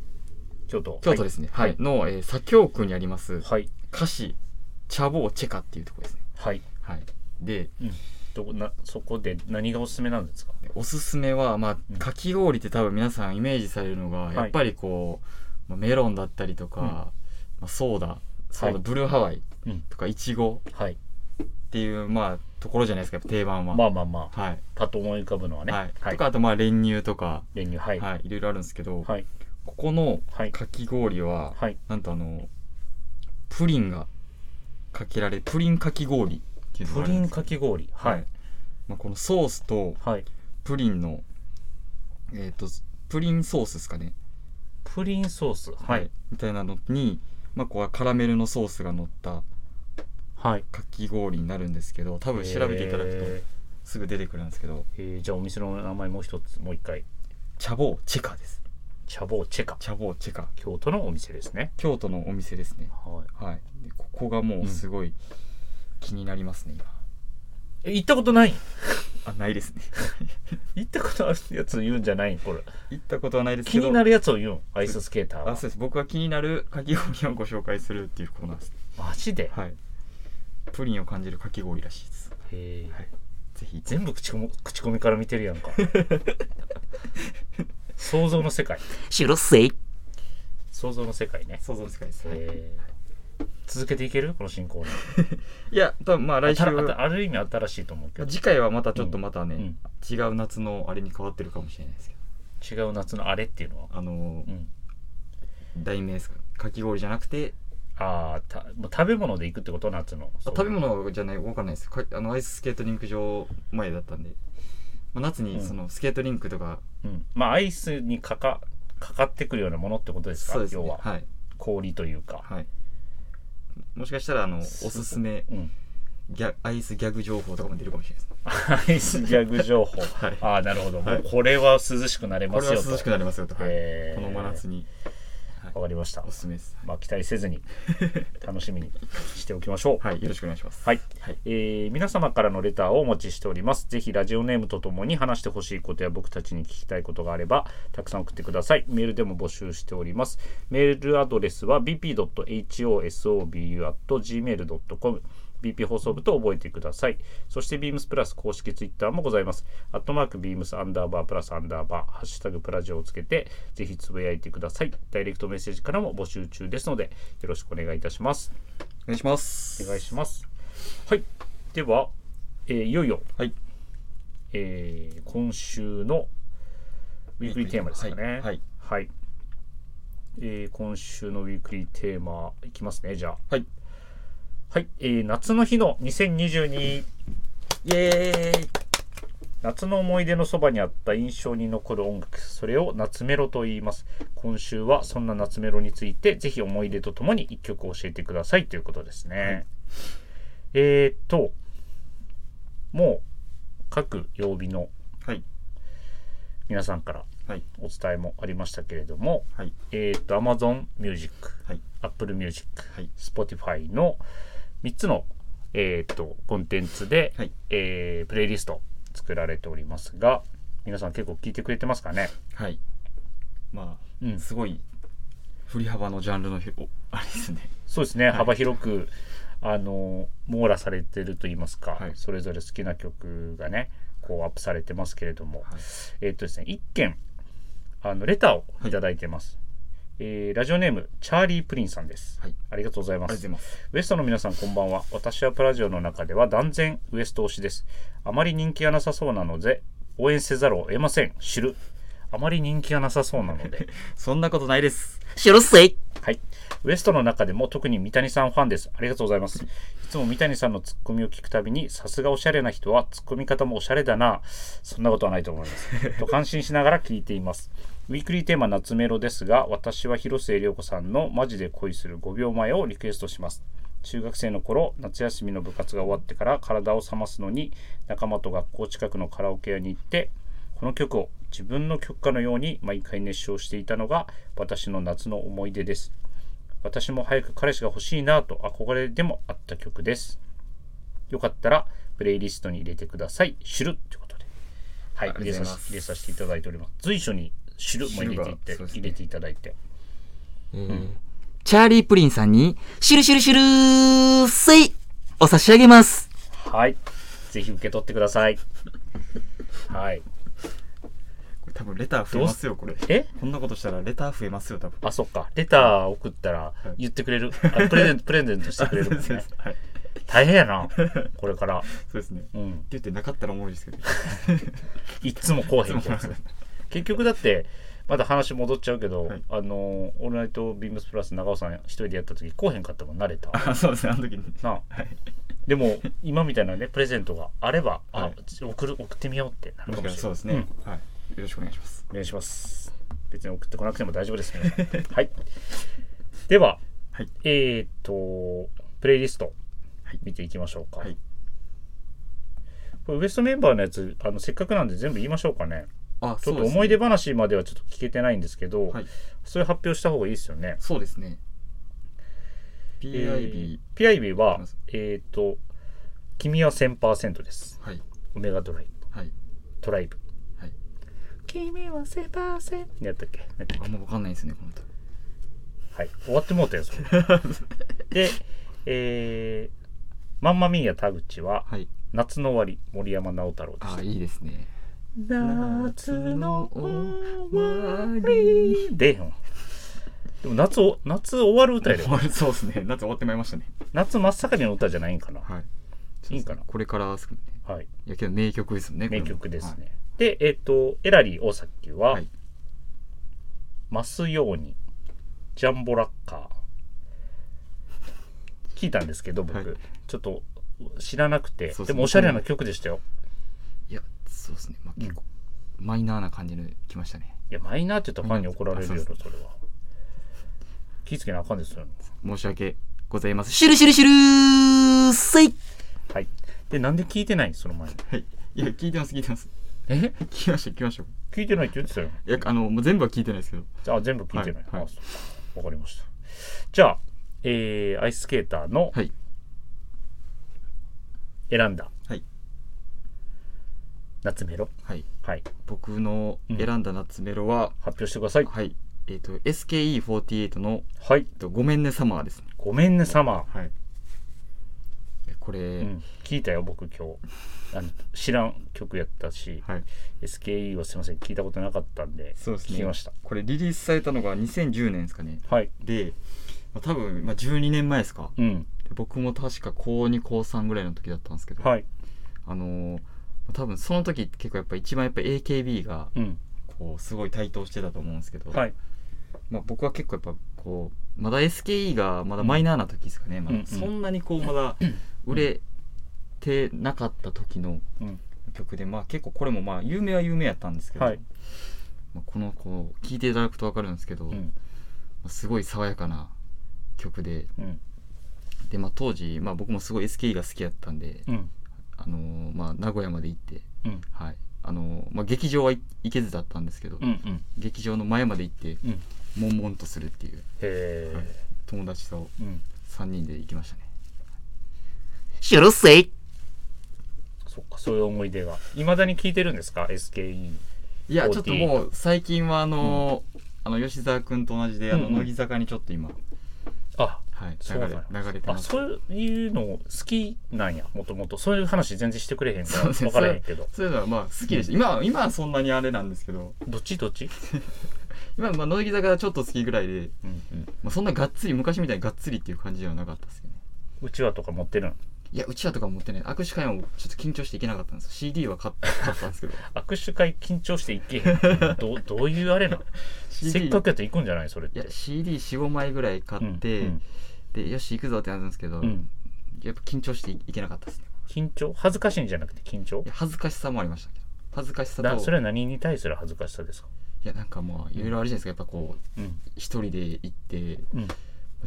[SPEAKER 4] 京都。
[SPEAKER 2] 京都ですね、
[SPEAKER 4] は
[SPEAKER 2] はいいの、えー左京区にあります
[SPEAKER 4] はい。
[SPEAKER 2] 菓子茶坊チェカっていうところですね、
[SPEAKER 4] はい。
[SPEAKER 2] はい、で
[SPEAKER 4] どこなそこで何がおすすめなんですか
[SPEAKER 2] おすすめは、まあ
[SPEAKER 4] うん、
[SPEAKER 2] かき氷って多分皆さんイメージされるのが、
[SPEAKER 4] い
[SPEAKER 2] やっぱりこう、まあメロンだったりとか、
[SPEAKER 4] うん
[SPEAKER 2] まあ、ソーダソーダ、
[SPEAKER 4] はい
[SPEAKER 2] ブルーハワイ
[SPEAKER 4] うん
[SPEAKER 2] とかいちご
[SPEAKER 4] はい。
[SPEAKER 2] っていう、まあ、ところじゃないですかやっぱ定番は、
[SPEAKER 4] まあまあまあ、
[SPEAKER 2] はい
[SPEAKER 4] パッと思い浮かぶのはね。
[SPEAKER 2] はい
[SPEAKER 4] はい
[SPEAKER 2] とか。あとまあ練乳とか、
[SPEAKER 4] 練乳、はい。
[SPEAKER 2] はい、いろいろあるんですけど、
[SPEAKER 4] はい。
[SPEAKER 2] ここの
[SPEAKER 4] はい。
[SPEAKER 2] かき氷は、
[SPEAKER 4] はい。
[SPEAKER 2] なんとあのプリンがかけられプリンかき氷っていうの
[SPEAKER 4] プ
[SPEAKER 2] がある
[SPEAKER 4] リ
[SPEAKER 2] んで
[SPEAKER 4] ン
[SPEAKER 2] す
[SPEAKER 4] かき氷。は
[SPEAKER 2] はいい。まあ、このソースと
[SPEAKER 4] はい。
[SPEAKER 2] プリンのえっ、とプリンソースですかね
[SPEAKER 4] プリンソース。は
[SPEAKER 2] はいい。みたいなのに、まあ、こうカラメルのソースが乗った
[SPEAKER 4] はい。
[SPEAKER 2] かき氷になるんですけど多分調べていただくとすぐ出てくるんですけど
[SPEAKER 4] えーじゃあお店の名前もう一つもう一回
[SPEAKER 2] 茶坊チェカです
[SPEAKER 4] 茶坊チェカ
[SPEAKER 2] 茶坊チェカ
[SPEAKER 4] 京都のお店ですね
[SPEAKER 2] 京都のお店ですね
[SPEAKER 4] はい
[SPEAKER 2] はいでここがもうすごい気になりますね今
[SPEAKER 4] え行ったことない
[SPEAKER 2] あないですね
[SPEAKER 4] 行ったことあるやつ言うんじゃないこれ
[SPEAKER 2] 行ったことはないです
[SPEAKER 4] 気
[SPEAKER 2] けど
[SPEAKER 4] になるやつを言うんアイススケーター
[SPEAKER 2] あ
[SPEAKER 4] は
[SPEAKER 2] そうです僕は気になるかき氷をご紹介するっていうコーナーです
[SPEAKER 4] マジで、
[SPEAKER 2] はいプリンを感じるかき氷らしいです
[SPEAKER 4] へー
[SPEAKER 2] はいぜひ
[SPEAKER 4] 全部口コミ口コミから見てるやんか想像の世界
[SPEAKER 1] シュルセイ。
[SPEAKER 4] 想像の世界ね、
[SPEAKER 2] 想像つかないです、はい、
[SPEAKER 4] えー続けていけるこの進行
[SPEAKER 2] いや多分まあ来週
[SPEAKER 4] たあたある意味新しいと思うけど
[SPEAKER 2] 次回はまたちょっとまたね、
[SPEAKER 4] うん
[SPEAKER 2] 違う夏のあれに変わってるかもしれないですけど
[SPEAKER 4] 違う夏のあれっていうのは、
[SPEAKER 2] あのー
[SPEAKER 4] うん、
[SPEAKER 2] 題名ですかかき氷じゃなくて
[SPEAKER 4] ああたもう食べ物で行くってこと夏の
[SPEAKER 2] あ食べ物じゃないわかんないですかあのアイススケートリンク場前だったんで、まあ、夏
[SPEAKER 4] う
[SPEAKER 2] に
[SPEAKER 4] ん
[SPEAKER 2] そのスケートリンクとか、
[SPEAKER 4] うんまあアイスにかかかかってくるようなものってことですか
[SPEAKER 2] そうですね
[SPEAKER 4] 要は、
[SPEAKER 2] はい
[SPEAKER 4] 氷というか、
[SPEAKER 2] はいもしかしたらあのおすすめ
[SPEAKER 4] うん、
[SPEAKER 2] ギャアイスギャグ情報とかも出るかもしれないです
[SPEAKER 4] アイスギャグ情報、
[SPEAKER 2] はい
[SPEAKER 4] ああなるほど、
[SPEAKER 2] はい
[SPEAKER 4] もうこれは涼しくなれ
[SPEAKER 2] こ
[SPEAKER 4] ま
[SPEAKER 2] れ
[SPEAKER 4] す
[SPEAKER 2] は
[SPEAKER 4] よと
[SPEAKER 2] 涼しくなりますよと、はい
[SPEAKER 4] えー
[SPEAKER 2] この真夏に
[SPEAKER 4] わかりました
[SPEAKER 2] おすすめです
[SPEAKER 4] まあ期待せずに楽しみにしておきましょう
[SPEAKER 2] はいよろしくお願いします
[SPEAKER 4] はい、
[SPEAKER 2] はい
[SPEAKER 4] えー皆様からのレターをお待ちしております。ぜひラジオネームとともに話してほしいことや僕たちに聞きたいことがあれば、たくさん送ってください。メールでも募集しております。メールアドレスは bp.hosobu.gmail.com BP 放送部と覚えてください。そして beams プラス公式ツイッターもございます。アットマーク beams アンダーバープラスアンダーバー、ハッシュタグプラジオをつけて、ぜひつぶやいてください。ダイレクトメッセージからも募集中ですので、よろしくお願いいたします。
[SPEAKER 2] お願いします
[SPEAKER 4] お願いします。はい。では、えーいよいよ、
[SPEAKER 2] はい
[SPEAKER 4] えー今週のウィークリーテーマですかね。
[SPEAKER 2] はいはい
[SPEAKER 4] はいえー今週のウィークリーテーマいきますね、じゃあ。
[SPEAKER 2] はい
[SPEAKER 4] はい。えー夏の日の2022、
[SPEAKER 2] イエーイ
[SPEAKER 4] 夏の思い出のそばにあった印象に残る音楽、それを夏メロと言います。今週はそんな夏メロについて、ぜひ思い出とともに一曲教えてくださいということですね。えーっと、もう各曜日の
[SPEAKER 2] はい
[SPEAKER 4] 皆さんから
[SPEAKER 2] はい
[SPEAKER 4] お伝えもありましたけれども、
[SPEAKER 2] はい
[SPEAKER 4] えーっと、Amazon Music、
[SPEAKER 2] はい
[SPEAKER 4] Apple Music、
[SPEAKER 2] はい
[SPEAKER 4] Spotify の3つの、えーっとコンテンツで、
[SPEAKER 2] はい
[SPEAKER 4] えープレイリスト作られておりますが、皆さん結構聞いてくれてますかね。
[SPEAKER 2] はいまあ
[SPEAKER 4] うん、
[SPEAKER 2] すごい振り幅のジャンルのひおあれですね
[SPEAKER 4] そうですね、幅広くあの網羅されてると言いますか、
[SPEAKER 2] はい
[SPEAKER 4] それぞれ好きな曲がねこうアップされてますけれども、
[SPEAKER 2] はい
[SPEAKER 4] えーっとですね一件あのレターをいただいてます、えーラジオネームチャーリー・プリンさんです、
[SPEAKER 2] はい
[SPEAKER 4] ありがとうございま
[SPEAKER 2] ありがとうご
[SPEAKER 4] す
[SPEAKER 2] ざいます
[SPEAKER 4] ウエストの皆さんこんばんは私はプラジオの中では断然ウエスト推しですあまり人気がなさそうなので応援せざるを得ません知るあまり人気がなさそうなので
[SPEAKER 2] そんなことないです
[SPEAKER 1] シュルセイ。
[SPEAKER 4] はい。ウエストの中でも特に三谷さんファンです。ありがとうございます。いつも三谷さんのツッコミを聞くたびに、さすがおしゃれな人はツッコミ方もおしゃれだな。そんなことはないと思います。と感心しながら聞いています。ウィークリーテーマ夏メロですが、私は広末涼子さんのマジで恋する5秒前をリクエストします。中学生の頃夏休みの部活が終わってから体を冷ますのに仲間と学校近くのカラオケ屋に行ってこの曲を自分の曲かのように毎回熱唱していたのが私の夏の思い出です私も早く彼氏が欲しいなと憧れでもあった曲ですよかったらプレイリストに入れてください知るってことではい
[SPEAKER 2] ありが
[SPEAKER 4] 入れ
[SPEAKER 2] とうござい
[SPEAKER 4] さ
[SPEAKER 2] ます
[SPEAKER 4] せ入れさせていただいております随所に知るも入れていって、
[SPEAKER 2] 知るがそうですね
[SPEAKER 4] 入れていただいて
[SPEAKER 1] チャーリープリンさんに、シュルシュルシュルセイ。を差し上げます。
[SPEAKER 4] はいぜひ受け取ってくださいは
[SPEAKER 2] こ
[SPEAKER 4] い
[SPEAKER 2] れ多分レター増えますよこれ
[SPEAKER 4] え
[SPEAKER 2] こんなことしたらレター増えますよ多分
[SPEAKER 4] あ、そっか。レター送ったら
[SPEAKER 2] い
[SPEAKER 4] 言ってくれる。あプレゼント、プレゼントしてくれるもん
[SPEAKER 2] そうで
[SPEAKER 4] ね
[SPEAKER 2] す。はい
[SPEAKER 4] 大変 やな。これから。
[SPEAKER 2] そうですねっ
[SPEAKER 4] う
[SPEAKER 2] て
[SPEAKER 4] ん。
[SPEAKER 2] 言ってなかったらおもろいですけど
[SPEAKER 4] いっつもこうへんけど結局だって、まだ話戻っちゃうけど、
[SPEAKER 2] はい
[SPEAKER 4] あのー、オールナイトビームスプラス長尾さん一人でやった時、こうへんかったもん、慣れた。
[SPEAKER 2] あそうですねあの時に
[SPEAKER 4] なあ
[SPEAKER 2] はい
[SPEAKER 4] でも、今みたいなね、プレゼントがあれば、あ、
[SPEAKER 2] はい
[SPEAKER 4] 送る、送ってみようってなる
[SPEAKER 2] も
[SPEAKER 4] か
[SPEAKER 2] し
[SPEAKER 4] も
[SPEAKER 2] か
[SPEAKER 4] しれ
[SPEAKER 2] した
[SPEAKER 4] ない。
[SPEAKER 2] らそうですね
[SPEAKER 4] ん
[SPEAKER 2] はいよろしくお願いし ます
[SPEAKER 4] お願いします。別に送ってこなくても大丈夫です、皆さん。 はい。では、
[SPEAKER 2] はい
[SPEAKER 4] えーっと、プレイリスト
[SPEAKER 2] はい、
[SPEAKER 4] 見ていきましょうか。
[SPEAKER 2] はい
[SPEAKER 4] これウエストメンバーのやつあのせっかくなんで全部言いましょうかね
[SPEAKER 2] あ
[SPEAKER 4] ち
[SPEAKER 2] そ
[SPEAKER 4] ょっ
[SPEAKER 2] う
[SPEAKER 4] と
[SPEAKER 2] ですね
[SPEAKER 4] 思い出話まではちょっと聞けてないんですけど、
[SPEAKER 2] はい
[SPEAKER 4] それ発表した方がいいですよね
[SPEAKER 2] そうですね PIB、
[SPEAKER 4] えー PIB は
[SPEAKER 2] ます
[SPEAKER 4] えっ、と君は1000%です
[SPEAKER 2] はい
[SPEAKER 4] オメガドライブ
[SPEAKER 2] はい
[SPEAKER 4] トライブ
[SPEAKER 2] はい
[SPEAKER 4] 君は1000%やったっけやったっけ
[SPEAKER 2] あんま分かんないですねこの歌
[SPEAKER 4] はい終わってもうたよそれ でえーマンマミーヤ田口は
[SPEAKER 2] はい
[SPEAKER 4] 夏の終わり森山直太朗でし
[SPEAKER 2] あ
[SPEAKER 4] た
[SPEAKER 2] いいですね
[SPEAKER 4] 夏の終わ
[SPEAKER 2] わ
[SPEAKER 4] りでへんわでも夏お夏終わる歌やで
[SPEAKER 2] そうですね夏終わってまいりましたね
[SPEAKER 4] 夏真っ盛りの歌じゃないんかなはいいいんかな
[SPEAKER 2] これからですね、
[SPEAKER 4] い、
[SPEAKER 2] いやけど名曲です よねこれ
[SPEAKER 4] 名
[SPEAKER 2] も
[SPEAKER 4] 曲ですね、でえっ、とエラリー大崎は、
[SPEAKER 2] はい
[SPEAKER 4] 増すようにジャンボラッカー聞いたんですけど僕、
[SPEAKER 2] はい
[SPEAKER 4] ちょっと知らなくて
[SPEAKER 2] そうそう
[SPEAKER 4] でもおしゃれな曲でしたよ
[SPEAKER 2] いやそうですね、まあ、
[SPEAKER 4] ん
[SPEAKER 2] 結構マイナーな感じのきましたね
[SPEAKER 4] いやマイナーって言ったらファンに怒られるよ
[SPEAKER 2] あ
[SPEAKER 4] そ
[SPEAKER 2] そ
[SPEAKER 4] れは気ぃつけなあかんですよ
[SPEAKER 2] 申し訳ございませんシュルシュルシュルーせい
[SPEAKER 4] はいでなんで聞いてないんその前に
[SPEAKER 2] はいいや聞いてます聞いてます
[SPEAKER 4] え
[SPEAKER 2] 聞きました聞きました
[SPEAKER 4] 聞いてないって言ってたよ
[SPEAKER 2] いやあのもう全部は聞いてないですけど
[SPEAKER 4] あ全部聞いてない。
[SPEAKER 2] はいはい
[SPEAKER 4] あそうわかりました。じゃあ、えーアイススケーターの
[SPEAKER 2] はい
[SPEAKER 4] 選んだ、
[SPEAKER 2] はい
[SPEAKER 4] 夏メロ、
[SPEAKER 2] はい
[SPEAKER 4] はい、
[SPEAKER 2] 僕の選んだ夏メロは、
[SPEAKER 4] 発表してください。
[SPEAKER 2] はいえっ、と SKE48 の
[SPEAKER 4] はい、
[SPEAKER 2] えっと「ごめんねサマー」ですね
[SPEAKER 4] ごめんね、サマ
[SPEAKER 2] はいこれ、
[SPEAKER 4] ー。うん、聞いたよ、僕、今日。あの知らん曲やったし、
[SPEAKER 2] はい
[SPEAKER 4] SKE はすみません、聞いたことなかったんで、
[SPEAKER 2] そうですね
[SPEAKER 4] 聞きました。
[SPEAKER 2] これリリースされたのが2010年ですかね
[SPEAKER 4] はい、
[SPEAKER 2] で、まあ、多分、まあ、12年前ですか
[SPEAKER 4] うん、
[SPEAKER 2] で僕も確か高2高3ぐらいの時だったんですけど、
[SPEAKER 4] はい、
[SPEAKER 2] あのー多分その時って結構やっぱ一番やっぱ AKB が
[SPEAKER 4] うん、
[SPEAKER 2] こうすごい台頭してたと思うんですけど、
[SPEAKER 4] はい、
[SPEAKER 2] まあ、僕は結構やっぱこうまだ SKE がまだマイナーな時ですかね、ま
[SPEAKER 4] うんうん
[SPEAKER 2] だそんなにこうまだ売れてなかった時の
[SPEAKER 4] うん、
[SPEAKER 2] 曲で、まあ、結構これもまあ有名は有名やったんですけど、
[SPEAKER 4] はい
[SPEAKER 2] まあ、このこう聴いていただくと分かるんですけど、
[SPEAKER 4] う
[SPEAKER 2] ま
[SPEAKER 4] ん、
[SPEAKER 2] あすごい爽やかな曲で
[SPEAKER 4] うん、
[SPEAKER 2] で、まあ、当時、まあ、僕もすごい SKE が好きやったんで、
[SPEAKER 4] うん、
[SPEAKER 2] あのーまあ、名古屋まで行って、
[SPEAKER 4] うん
[SPEAKER 2] はいあのーまあ、劇場は行行けずだったんですけど、
[SPEAKER 4] うん、うん、
[SPEAKER 2] 劇場の前まで行って
[SPEAKER 4] うん、へ
[SPEAKER 2] 悶々とするっていう
[SPEAKER 4] え、
[SPEAKER 2] 友達と
[SPEAKER 4] うん、
[SPEAKER 2] 3人で行きましたね
[SPEAKER 1] シュルせい
[SPEAKER 4] そっか、そういう思い出が。いまだに聞いてるんですか、SKE。
[SPEAKER 2] いや
[SPEAKER 4] 48
[SPEAKER 2] ちょっともう最近はあのーあの吉沢君と同じであの
[SPEAKER 4] うんうん
[SPEAKER 2] 乃木坂にちょっと今、
[SPEAKER 4] あ
[SPEAKER 2] はい、
[SPEAKER 4] そ
[SPEAKER 2] 流
[SPEAKER 4] うな
[SPEAKER 2] れ
[SPEAKER 4] んや
[SPEAKER 2] 流れて
[SPEAKER 4] あ
[SPEAKER 2] ます
[SPEAKER 4] そういうの好きなんやもともとそういう話全然してくれへんから
[SPEAKER 2] そうです
[SPEAKER 4] 分からへんけど
[SPEAKER 2] そういうのはまあ好きでした、今は今はそんなにあれなんですけど
[SPEAKER 4] どっちどっち、
[SPEAKER 2] 今はまあ乃木坂がちょっと好きぐらいで、
[SPEAKER 4] うんうん、
[SPEAKER 2] まあ、そんながっつり昔みたいにがっつりっていう感じではなかったですよね
[SPEAKER 4] うちわとか持ってるん
[SPEAKER 2] いやうちわとか持ってね握手会もちょっと緊張していけなかったんです CD は買っ買ったんです けど
[SPEAKER 4] 握手会緊張していけへんってどう どういうあれなの
[SPEAKER 2] CD
[SPEAKER 4] せっかくやったら行くんじゃないそれっ
[SPEAKER 2] い
[SPEAKER 4] て
[SPEAKER 2] や CD45 枚ぐらい買って、
[SPEAKER 4] うん
[SPEAKER 2] でよし行くぞってなったんですけど、
[SPEAKER 4] うんうん
[SPEAKER 2] やっぱ緊張していいけなかったですね
[SPEAKER 4] 緊張恥ずかしいんじゃなくて緊張
[SPEAKER 2] いや恥ずかしさもありましたけど恥ずかしさ
[SPEAKER 4] だ
[SPEAKER 2] と
[SPEAKER 4] それは何に対する恥ずかしさですか
[SPEAKER 2] いやなんかまあいろいろあるじゃないですかやっぱこう
[SPEAKER 4] うん
[SPEAKER 2] 一人で行って
[SPEAKER 4] うん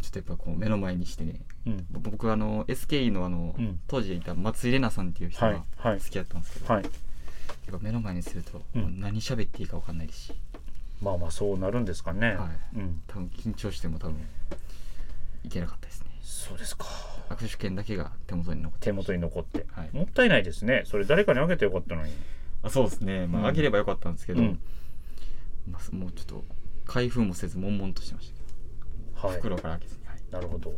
[SPEAKER 2] ちょっとやっぱこう目の前にしてね
[SPEAKER 4] うん
[SPEAKER 2] ぼ僕あの SKE のあの、
[SPEAKER 4] うん
[SPEAKER 2] 当時いた松井玲奈さんっていう人
[SPEAKER 4] はい
[SPEAKER 2] が
[SPEAKER 4] はい
[SPEAKER 2] 好きだったんですけど、
[SPEAKER 4] はい
[SPEAKER 2] やっぱ目の前にすると、
[SPEAKER 4] うん
[SPEAKER 2] もう何喋っていいか分かんないですし
[SPEAKER 4] まあまあそうなるんですかね、
[SPEAKER 2] は
[SPEAKER 4] うん
[SPEAKER 2] 多分緊張しても多分いけなかったですね
[SPEAKER 4] そうですか
[SPEAKER 2] 握手券だけが手元に残って
[SPEAKER 4] 手元に残って、
[SPEAKER 2] はい
[SPEAKER 4] もったいないですねそれ誰かにあげてよかったのに
[SPEAKER 2] あそうですねまあ、
[SPEAKER 4] うん
[SPEAKER 2] あげればよかったんですけど、
[SPEAKER 4] うん
[SPEAKER 2] まあそもうちょっと開封もせず悶々としてましたけど、
[SPEAKER 4] はい
[SPEAKER 2] 袋から開けずに、はい
[SPEAKER 4] なるほど。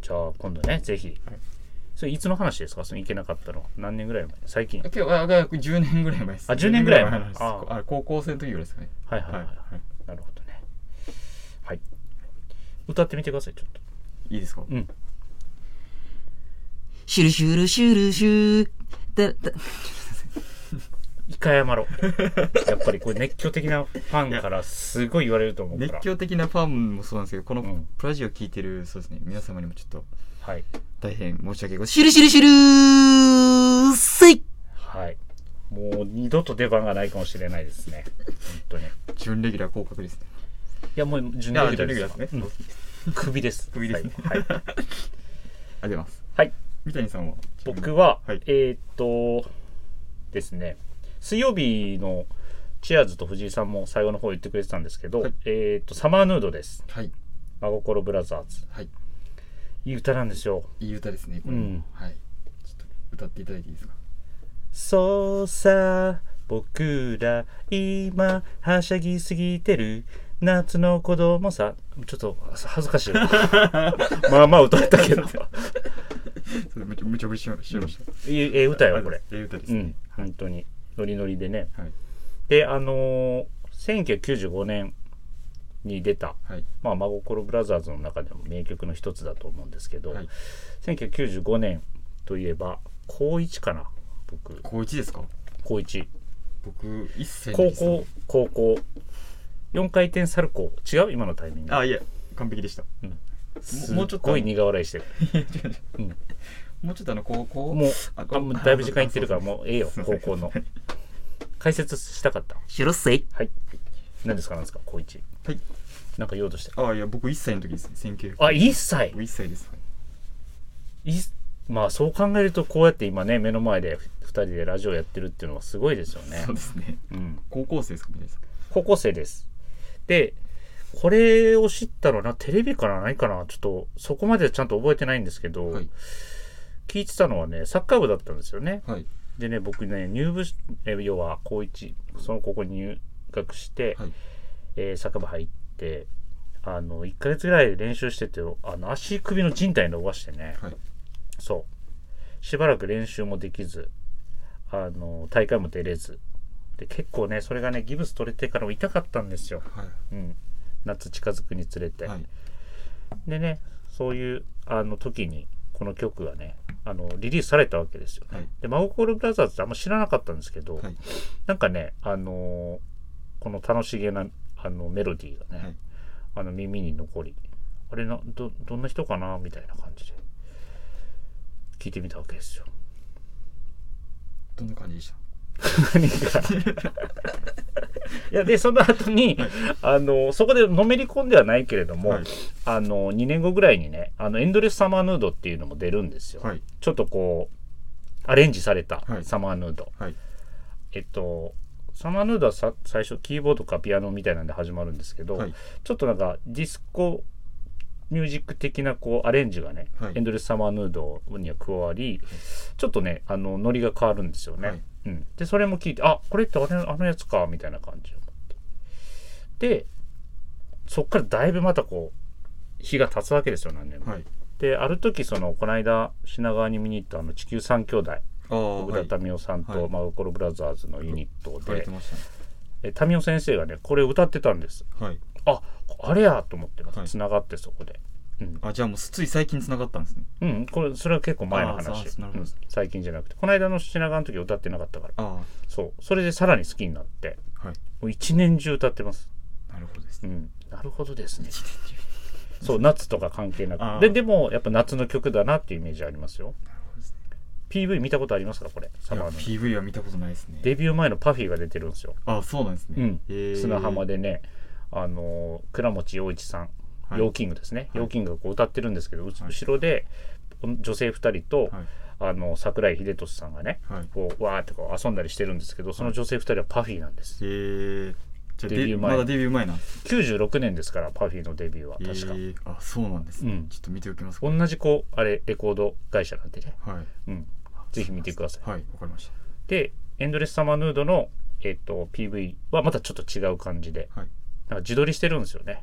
[SPEAKER 4] じゃあ今度ね、ぜひ。
[SPEAKER 2] はい
[SPEAKER 4] それいつの話ですかその行けなかったのは。何年ぐらい前最近。
[SPEAKER 2] 今日は約10年ぐらい前です
[SPEAKER 4] あ10年ぐらい前
[SPEAKER 2] 10なんです
[SPEAKER 4] ああ
[SPEAKER 2] あ高校生の時ぐらいですかね
[SPEAKER 4] はいはいはい。はい
[SPEAKER 2] はい
[SPEAKER 4] なるほどね。はい。歌ってみてください、ちょっと。
[SPEAKER 2] いいですか、
[SPEAKER 4] うん。
[SPEAKER 1] シュルシュルシュルシューだだ
[SPEAKER 4] 一回 謝ろう。やっぱりこれ熱狂的なファンからすごい言われると思うから。
[SPEAKER 2] 熱狂的なファンもそうなんですけどこの
[SPEAKER 4] うん
[SPEAKER 2] プラジオ聞いてるそうですね皆様にもちょっと
[SPEAKER 4] はい。
[SPEAKER 2] 大変申し訳ございません
[SPEAKER 1] シュルシュルシュルーせい
[SPEAKER 4] はい。もう二度と出番がないかもしれないですね。本当に。い
[SPEAKER 2] 準レギュラー降格ですね
[SPEAKER 4] や、もう準
[SPEAKER 2] あ
[SPEAKER 4] レギュラ
[SPEAKER 2] 準
[SPEAKER 4] ーで
[SPEAKER 2] レギュラ
[SPEAKER 4] す
[SPEAKER 2] ーですね
[SPEAKER 4] うん首です。
[SPEAKER 2] 首ですね
[SPEAKER 4] はい。はい
[SPEAKER 2] ありがとうございます
[SPEAKER 4] はい。
[SPEAKER 2] 三谷さんは
[SPEAKER 4] 僕は、
[SPEAKER 2] はい
[SPEAKER 4] えーっとですね水曜日のチアーズと藤井さんも最後の方言ってくれてたんですけど、
[SPEAKER 2] はい
[SPEAKER 4] えっ、とサマーヌードです
[SPEAKER 2] はい
[SPEAKER 4] 真心ブラザーズ
[SPEAKER 2] はい
[SPEAKER 4] いい歌なんですよ
[SPEAKER 2] いい歌ですねこれも、
[SPEAKER 4] うん
[SPEAKER 2] はいちょっと歌っていただいていいですか
[SPEAKER 4] そうさ僕ら今はしゃぎすぎてる夏の子供さちょっと恥ずか しいまあまあ歌ったけど
[SPEAKER 2] それめちゃめちゃぶりしましました、
[SPEAKER 4] いいええ歌よこれ
[SPEAKER 2] ええ歌です
[SPEAKER 4] う
[SPEAKER 2] ね
[SPEAKER 4] ん、本当にノリノリでね
[SPEAKER 2] はい
[SPEAKER 4] であのー1995年に出た、
[SPEAKER 2] はい
[SPEAKER 4] まあ、真心ブラザーズの中でも名曲の一つだと思うんですけど、
[SPEAKER 2] はい
[SPEAKER 4] 1995年といえば高1かな僕
[SPEAKER 2] 高一ですか
[SPEAKER 4] 高1
[SPEAKER 2] 僕一切ない
[SPEAKER 4] 高
[SPEAKER 2] ですね
[SPEAKER 4] 校高校4回転サルコー違う今のタイミング
[SPEAKER 2] あいや完璧でした
[SPEAKER 4] す
[SPEAKER 2] もう
[SPEAKER 4] っ
[SPEAKER 2] ちょっと
[SPEAKER 4] ごい苦笑いしてるうん
[SPEAKER 2] もうちょっとあの高校
[SPEAKER 4] もう
[SPEAKER 2] あ
[SPEAKER 4] あもうだいぶ時間いってるから
[SPEAKER 2] あ
[SPEAKER 4] もうええよ
[SPEAKER 2] すいませ
[SPEAKER 4] 高
[SPEAKER 2] ん
[SPEAKER 4] 校の解説したかった
[SPEAKER 1] シュルセイ。
[SPEAKER 4] はい何ですか何ですか高1
[SPEAKER 2] はい
[SPEAKER 4] なんか言おうとして
[SPEAKER 2] あいや僕1歳の時ですね1900
[SPEAKER 4] あ一切
[SPEAKER 2] 僕1歳です
[SPEAKER 4] いまあそう考えるとこうやって今ね目の前で2人でラジオやってるっていうのはすごいですよね
[SPEAKER 2] そう、ですね
[SPEAKER 4] うん、
[SPEAKER 2] 高校生ですかみたいです
[SPEAKER 4] 高校生ですでこれを知ったのなテレビからないかなちょっとそこまでちゃんと覚えてないんですけど、
[SPEAKER 2] はい
[SPEAKER 4] 聞いてたのはねサッカー部だったんですよね
[SPEAKER 2] はい
[SPEAKER 4] でね僕ね入部しえ要は高1その高校に入学して、
[SPEAKER 2] はい
[SPEAKER 4] えーサッカー部入ってあの1ヶ月ぐらい練習しててあの足首の靭帯伸ばしてね、
[SPEAKER 2] はい
[SPEAKER 4] そう。しばらく練習もできず、あの、大会も出れず。で、結構ね、それがね、ギブス取れてからも痛かったんですよ。
[SPEAKER 2] はい
[SPEAKER 4] うん。夏近づくにつれて。
[SPEAKER 2] はい
[SPEAKER 4] でね、そういう、あの、時に、この曲がね、あの、リリースされたわけですよね。
[SPEAKER 2] はい
[SPEAKER 4] で、マゴコールブラザーズってあんま知らなかったんですけど、
[SPEAKER 2] はい
[SPEAKER 4] なんかね、あのーこの楽しげな、あの、メロディーがね、
[SPEAKER 2] はい
[SPEAKER 4] あの耳に残りあれなどどんな人かなみたいな感じで聞いてみたわけですよ。
[SPEAKER 2] どんな感じでした
[SPEAKER 4] 何がいやでその後にあのそこでのめり込んではないけれども、
[SPEAKER 2] はい
[SPEAKER 4] あの2年後ぐらいにねあのエンドレスサマーヌードっていうのも出るんですよ、
[SPEAKER 2] はい
[SPEAKER 4] ちょっとこうアレンジされた
[SPEAKER 2] はい
[SPEAKER 4] サマーヌード、
[SPEAKER 2] はい
[SPEAKER 4] えっとサマーヌードはさ最初キーボードかピアノみたいなんで始まるんですけど、
[SPEAKER 2] はい
[SPEAKER 4] ちょっとなんかディスコミュージック的なこうアレンジがね、
[SPEAKER 2] はい
[SPEAKER 4] エンドレスサマーヌードには加わり、ちょっとねあのノリが変わるんですよね、
[SPEAKER 2] はい
[SPEAKER 4] うん、でそれも聞いてあこれってあれあのやつかみたいな感じを思ってでそっからだいぶまたこう日が経つわけですよ何年も、
[SPEAKER 2] はい
[SPEAKER 4] である時そのこの間品川に見に行ったあの地球三兄弟
[SPEAKER 2] ああ
[SPEAKER 4] 小田
[SPEAKER 2] 食
[SPEAKER 4] 民生さんと
[SPEAKER 2] はい
[SPEAKER 4] 真心ブラザーズのユニット
[SPEAKER 2] べ
[SPEAKER 4] で
[SPEAKER 2] てましたね
[SPEAKER 4] え民生先生がねこれを歌ってたんです
[SPEAKER 2] はい
[SPEAKER 4] ああれやと思ってまた
[SPEAKER 2] はい
[SPEAKER 4] つながってそこで、うん
[SPEAKER 2] あじゃあもうつい最近繋がったんですね
[SPEAKER 4] うん、これそれは結構前の
[SPEAKER 2] あー
[SPEAKER 4] 話
[SPEAKER 2] そうなるほど
[SPEAKER 4] うん最近じゃなくてこの間の品川の時は歌ってなかったから
[SPEAKER 2] あ
[SPEAKER 4] そうそれでさらに好きになって
[SPEAKER 2] あはい
[SPEAKER 4] もう一年中歌ってます
[SPEAKER 2] なるほどです
[SPEAKER 4] う
[SPEAKER 2] ね
[SPEAKER 4] んなるほどですねそう夏とか関係な
[SPEAKER 2] あー
[SPEAKER 4] くででもやっぱ夏の曲だなっていうイメージありますよ
[SPEAKER 2] なるほどですね
[SPEAKER 4] PV 見たことありますかこれサ
[SPEAKER 2] い
[SPEAKER 4] マ
[SPEAKER 2] や
[SPEAKER 4] ーの
[SPEAKER 2] PV は見たことないですね
[SPEAKER 4] デビュー前のパフィーが出てるんですよ
[SPEAKER 2] ああそうなんです
[SPEAKER 4] う
[SPEAKER 2] ね
[SPEAKER 4] ん、
[SPEAKER 2] へえ
[SPEAKER 4] 砂浜でね、あのー倉持陽一さん、
[SPEAKER 2] はい
[SPEAKER 4] 陽キングですね、
[SPEAKER 2] はい
[SPEAKER 4] 陽キングがこう歌ってるんですけど、う
[SPEAKER 2] はい
[SPEAKER 4] 後ろで女性2人と、
[SPEAKER 2] はい
[SPEAKER 4] あの桜井秀俊さんがね、
[SPEAKER 2] はい
[SPEAKER 4] こうわーってこう遊んだりしてるんですけどその女性2人はパフィーなんです、
[SPEAKER 2] へえじゃあ
[SPEAKER 4] デ
[SPEAKER 2] デ
[SPEAKER 4] ビュー前
[SPEAKER 2] まだデビュー前なんです
[SPEAKER 4] 96年ですからパフィーのデビューは確か、
[SPEAKER 2] へえあそうなんですね
[SPEAKER 4] うん
[SPEAKER 2] ちょっと見ておきます
[SPEAKER 4] 同じこうあれレコード会社なんでね、
[SPEAKER 2] はい
[SPEAKER 4] うん、ぜひ見てください、
[SPEAKER 2] はいわかりまし
[SPEAKER 4] でエンドレスサマーヌードの、えっと PV はまたちょっと違う感じで
[SPEAKER 2] たはい
[SPEAKER 4] なんか自撮りしてるんですよね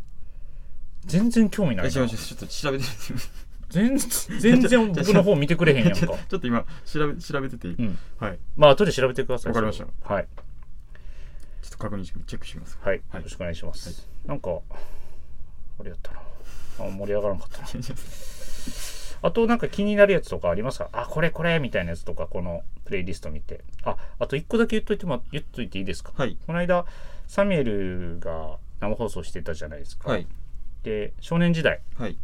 [SPEAKER 4] 全然興味ない
[SPEAKER 2] え
[SPEAKER 4] な
[SPEAKER 2] 違う違うちょっと調べてみて
[SPEAKER 4] 全全然僕の方見てくれ へんやん
[SPEAKER 2] ちょ
[SPEAKER 4] か。
[SPEAKER 2] ちょっと今調べ調べてていい、
[SPEAKER 4] うん。
[SPEAKER 2] はい
[SPEAKER 4] まあ、後で調べてください。
[SPEAKER 2] わかりました
[SPEAKER 4] た。はい。
[SPEAKER 2] ちょっと確認しチェックします
[SPEAKER 4] はい。
[SPEAKER 2] はい
[SPEAKER 4] よろしくお願いします。なんか、あれやったな。あ盛り上がらなかったな。あと、なんか気になるやつとかありますかあ、これこれみたいなやつとか、このプレイリスト見て。あ、あと一個だけ言っといても、言っといていいですか
[SPEAKER 2] はい
[SPEAKER 4] この間、サミュエルが生放送してたじゃないですか。
[SPEAKER 2] はい
[SPEAKER 4] で、少年時代、
[SPEAKER 2] はい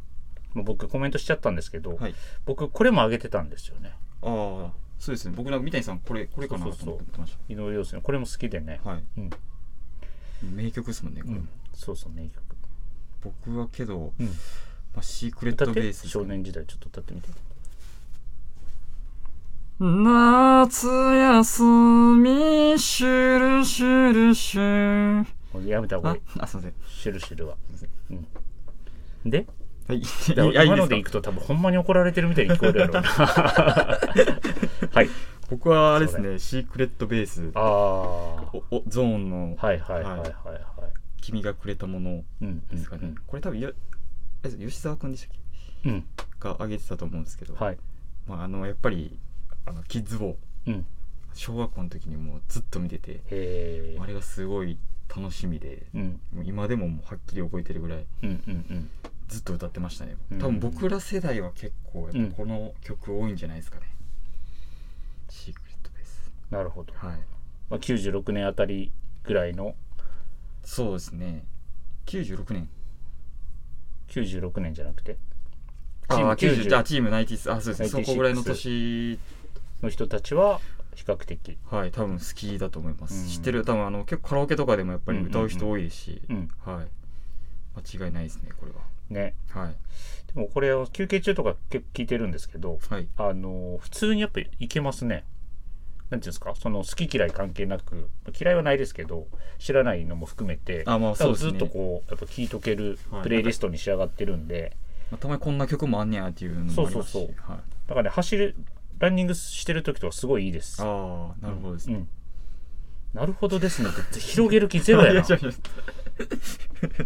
[SPEAKER 4] もう僕コメントしちゃったんですけど、
[SPEAKER 2] はい
[SPEAKER 4] 僕、これも上げてたんですよね。
[SPEAKER 2] ああそうですね僕なんか三谷さんこれこれかな
[SPEAKER 4] そう
[SPEAKER 2] と
[SPEAKER 4] そうそう
[SPEAKER 2] 思ってまし
[SPEAKER 4] 井上陽水の、これも好きでね。
[SPEAKER 2] たはい
[SPEAKER 4] うん。
[SPEAKER 2] 名曲ですもんねこ
[SPEAKER 4] う
[SPEAKER 2] れ、
[SPEAKER 4] ん、そうそう名曲、
[SPEAKER 2] 僕はけど、
[SPEAKER 4] うん、
[SPEAKER 2] まあ、シークレッ
[SPEAKER 4] 歌
[SPEAKER 2] ト
[SPEAKER 4] っ
[SPEAKER 2] ベ
[SPEAKER 4] て
[SPEAKER 2] ースですか
[SPEAKER 4] 少年時代ちょっと歌ってみて
[SPEAKER 2] 夏休み、シュルシュルシュ。
[SPEAKER 4] もうやめた方が
[SPEAKER 2] あ
[SPEAKER 4] いい。、
[SPEAKER 2] あ、すいません。
[SPEAKER 4] シュルシュルは。うん。で、
[SPEAKER 2] はい。い
[SPEAKER 4] だか
[SPEAKER 2] や、
[SPEAKER 4] ら
[SPEAKER 2] いい
[SPEAKER 4] 今
[SPEAKER 2] で
[SPEAKER 4] の
[SPEAKER 2] す
[SPEAKER 4] で
[SPEAKER 2] か
[SPEAKER 4] いくと多分ほんまに怒られてるみたいに聞こえるや ろうな。はい。
[SPEAKER 2] 僕はあれです
[SPEAKER 4] そ
[SPEAKER 2] ね、シークレットベース、
[SPEAKER 4] ああ。は
[SPEAKER 2] おおゾーンの
[SPEAKER 4] いはいはいはいはい。
[SPEAKER 2] 君がくれたもの
[SPEAKER 4] うんう
[SPEAKER 2] で
[SPEAKER 4] ん
[SPEAKER 2] すかね。これ多分よ、え吉沢君でしたっ
[SPEAKER 4] うん。うん。
[SPEAKER 2] けが挙げてたと思うんですけど、
[SPEAKER 4] はい。
[SPEAKER 2] まあ、あのやっぱりあのキッズを
[SPEAKER 4] うん。
[SPEAKER 2] 小学校の時にもうずっと見てて、
[SPEAKER 4] へえ
[SPEAKER 2] あ。れがすごい楽しみで、
[SPEAKER 4] うん
[SPEAKER 2] もう今でももうはっきり覚えてるぐらい
[SPEAKER 4] うんうん
[SPEAKER 2] ずっと歌ってましたね。
[SPEAKER 4] うん
[SPEAKER 2] 多分僕ら世代は結構やっぱこの曲多いんじゃないですかね。シークレットベース。
[SPEAKER 4] なるほど、
[SPEAKER 2] はい。
[SPEAKER 4] まあ、96年あたりぐらいの
[SPEAKER 2] そうですね。96年。
[SPEAKER 4] 96年じゃなくて
[SPEAKER 2] あ
[SPEAKER 4] チーム
[SPEAKER 2] ー90
[SPEAKER 4] 90
[SPEAKER 2] あチームナイティスあそうですね
[SPEAKER 4] 96
[SPEAKER 2] そこぐらいの年
[SPEAKER 4] の人たちは比較的
[SPEAKER 2] はい多分好きだと思います、
[SPEAKER 4] うん
[SPEAKER 2] 知ってる多分あの結構カラオケとかでもやっぱり歌う人多いですし、
[SPEAKER 4] うん
[SPEAKER 2] はい間違いないですねこれ
[SPEAKER 4] ね
[SPEAKER 2] ははい
[SPEAKER 4] でもこれを休憩中とか結構聞いてるんですけど
[SPEAKER 2] はい
[SPEAKER 4] あの普通にやっぱりいけますねなんていうんですかその好き嫌い関係なく嫌いはないですけど知らないのも含めて
[SPEAKER 2] あまあそうですね
[SPEAKER 4] ずっとこうやっぱ聞いとける
[SPEAKER 2] はい
[SPEAKER 4] プレイリストに仕上がってるんで、
[SPEAKER 2] まあ、たまにこんな曲もあんねやっていうのもありますし
[SPEAKER 4] そうそう
[SPEAKER 2] はい、
[SPEAKER 4] だからね走るランニングしてる時とかすごいいいです
[SPEAKER 2] ああなるほどです
[SPEAKER 4] う
[SPEAKER 2] ね、
[SPEAKER 4] ん、なるほどですねって広げる気ゼロ や
[SPEAKER 2] い
[SPEAKER 4] な
[SPEAKER 2] や違う違う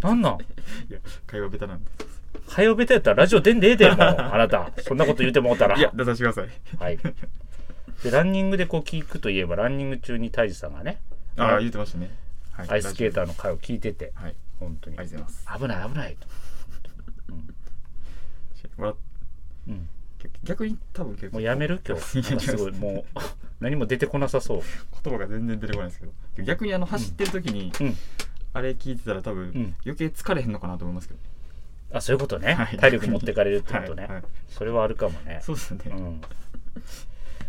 [SPEAKER 4] なんなん
[SPEAKER 2] いや会話ベタなんで
[SPEAKER 4] 早べたやったらラジオ出んでええでも うあなたそんなこと言うてもうたら
[SPEAKER 2] いや出させてください
[SPEAKER 4] はいでランニングでこう聞くといえばランニング中にタイジさんがね
[SPEAKER 2] ああ言ってましたね、はい、
[SPEAKER 4] アイススケータ
[SPEAKER 2] ー
[SPEAKER 4] ーの回を聞いてて
[SPEAKER 2] はい
[SPEAKER 4] 本当に
[SPEAKER 2] ありがとうございます
[SPEAKER 4] 危ない危ないと、
[SPEAKER 2] 笑っ
[SPEAKER 4] うん、
[SPEAKER 2] 逆に多分結構
[SPEAKER 4] もうやめる今 日なんかすごいもう 何も出てこなさそう
[SPEAKER 2] 言葉が全然出てこないですけど逆にあの走ってる時に、
[SPEAKER 4] うん
[SPEAKER 2] あれ聞いてたら多分、
[SPEAKER 4] ん
[SPEAKER 2] 余計疲れへんのかなと思いますけど、
[SPEAKER 4] あそういうことね、
[SPEAKER 2] はい
[SPEAKER 4] 体力持ってかれるってことね、
[SPEAKER 2] はいはい
[SPEAKER 4] それはあるかもね
[SPEAKER 2] そうですよね、
[SPEAKER 4] うん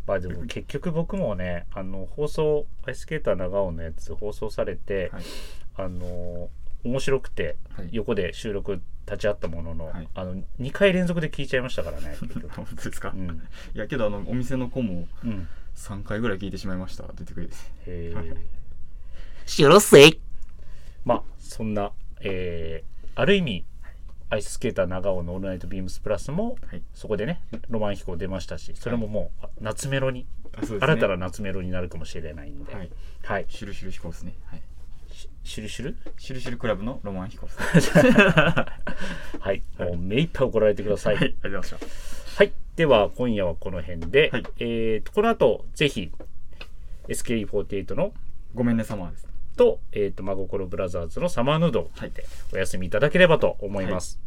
[SPEAKER 4] まあ でも結局僕もねあの放送アイススケーター長尾のやつ放送されて、
[SPEAKER 2] はい
[SPEAKER 4] あの面白くて
[SPEAKER 2] はい
[SPEAKER 4] 横で収録立ち会ったものの、
[SPEAKER 2] はい
[SPEAKER 4] あの2回連続で聞いちゃいましたからね結局
[SPEAKER 2] 本当ですか、
[SPEAKER 4] うん、
[SPEAKER 2] いやけどあのお店の子も
[SPEAKER 4] うん、
[SPEAKER 2] 3回ぐらい聞いてしまいました出てくれて
[SPEAKER 4] へ
[SPEAKER 2] はい
[SPEAKER 4] え
[SPEAKER 1] シュルセイ。
[SPEAKER 4] まあそんな、えーある意味アイススケーター長尾の「オールナイトビームスプラスも」
[SPEAKER 2] はい
[SPEAKER 4] そこでねロマン飛行出ましたしそれももう夏メロに、
[SPEAKER 2] あそうですね
[SPEAKER 4] 新たな夏メロになるかもしれないんで、
[SPEAKER 2] はい
[SPEAKER 4] はい、
[SPEAKER 2] シュルシュル飛行ですね、はい、
[SPEAKER 4] しシュルシュ ル
[SPEAKER 2] シュルシュルクラブのロマン飛行ですね
[SPEAKER 4] はい、もう目いっぱい怒られてください。
[SPEAKER 2] は
[SPEAKER 4] はい
[SPEAKER 2] あ
[SPEAKER 4] い、
[SPEAKER 2] りがとうございました
[SPEAKER 4] では今夜はこの辺で、
[SPEAKER 2] はい
[SPEAKER 4] えーとこの後ぜひ SKE48 の
[SPEAKER 2] ごめんねサマーですね
[SPEAKER 4] と,、えー、と真心ブラザーズのサマーヌードを聞いてお休みいただければと思います。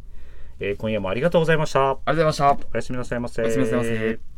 [SPEAKER 4] えー今夜もありがとうございました。
[SPEAKER 2] ありがとうございました
[SPEAKER 4] おやすみなさいませ。
[SPEAKER 2] おやすみなさいませ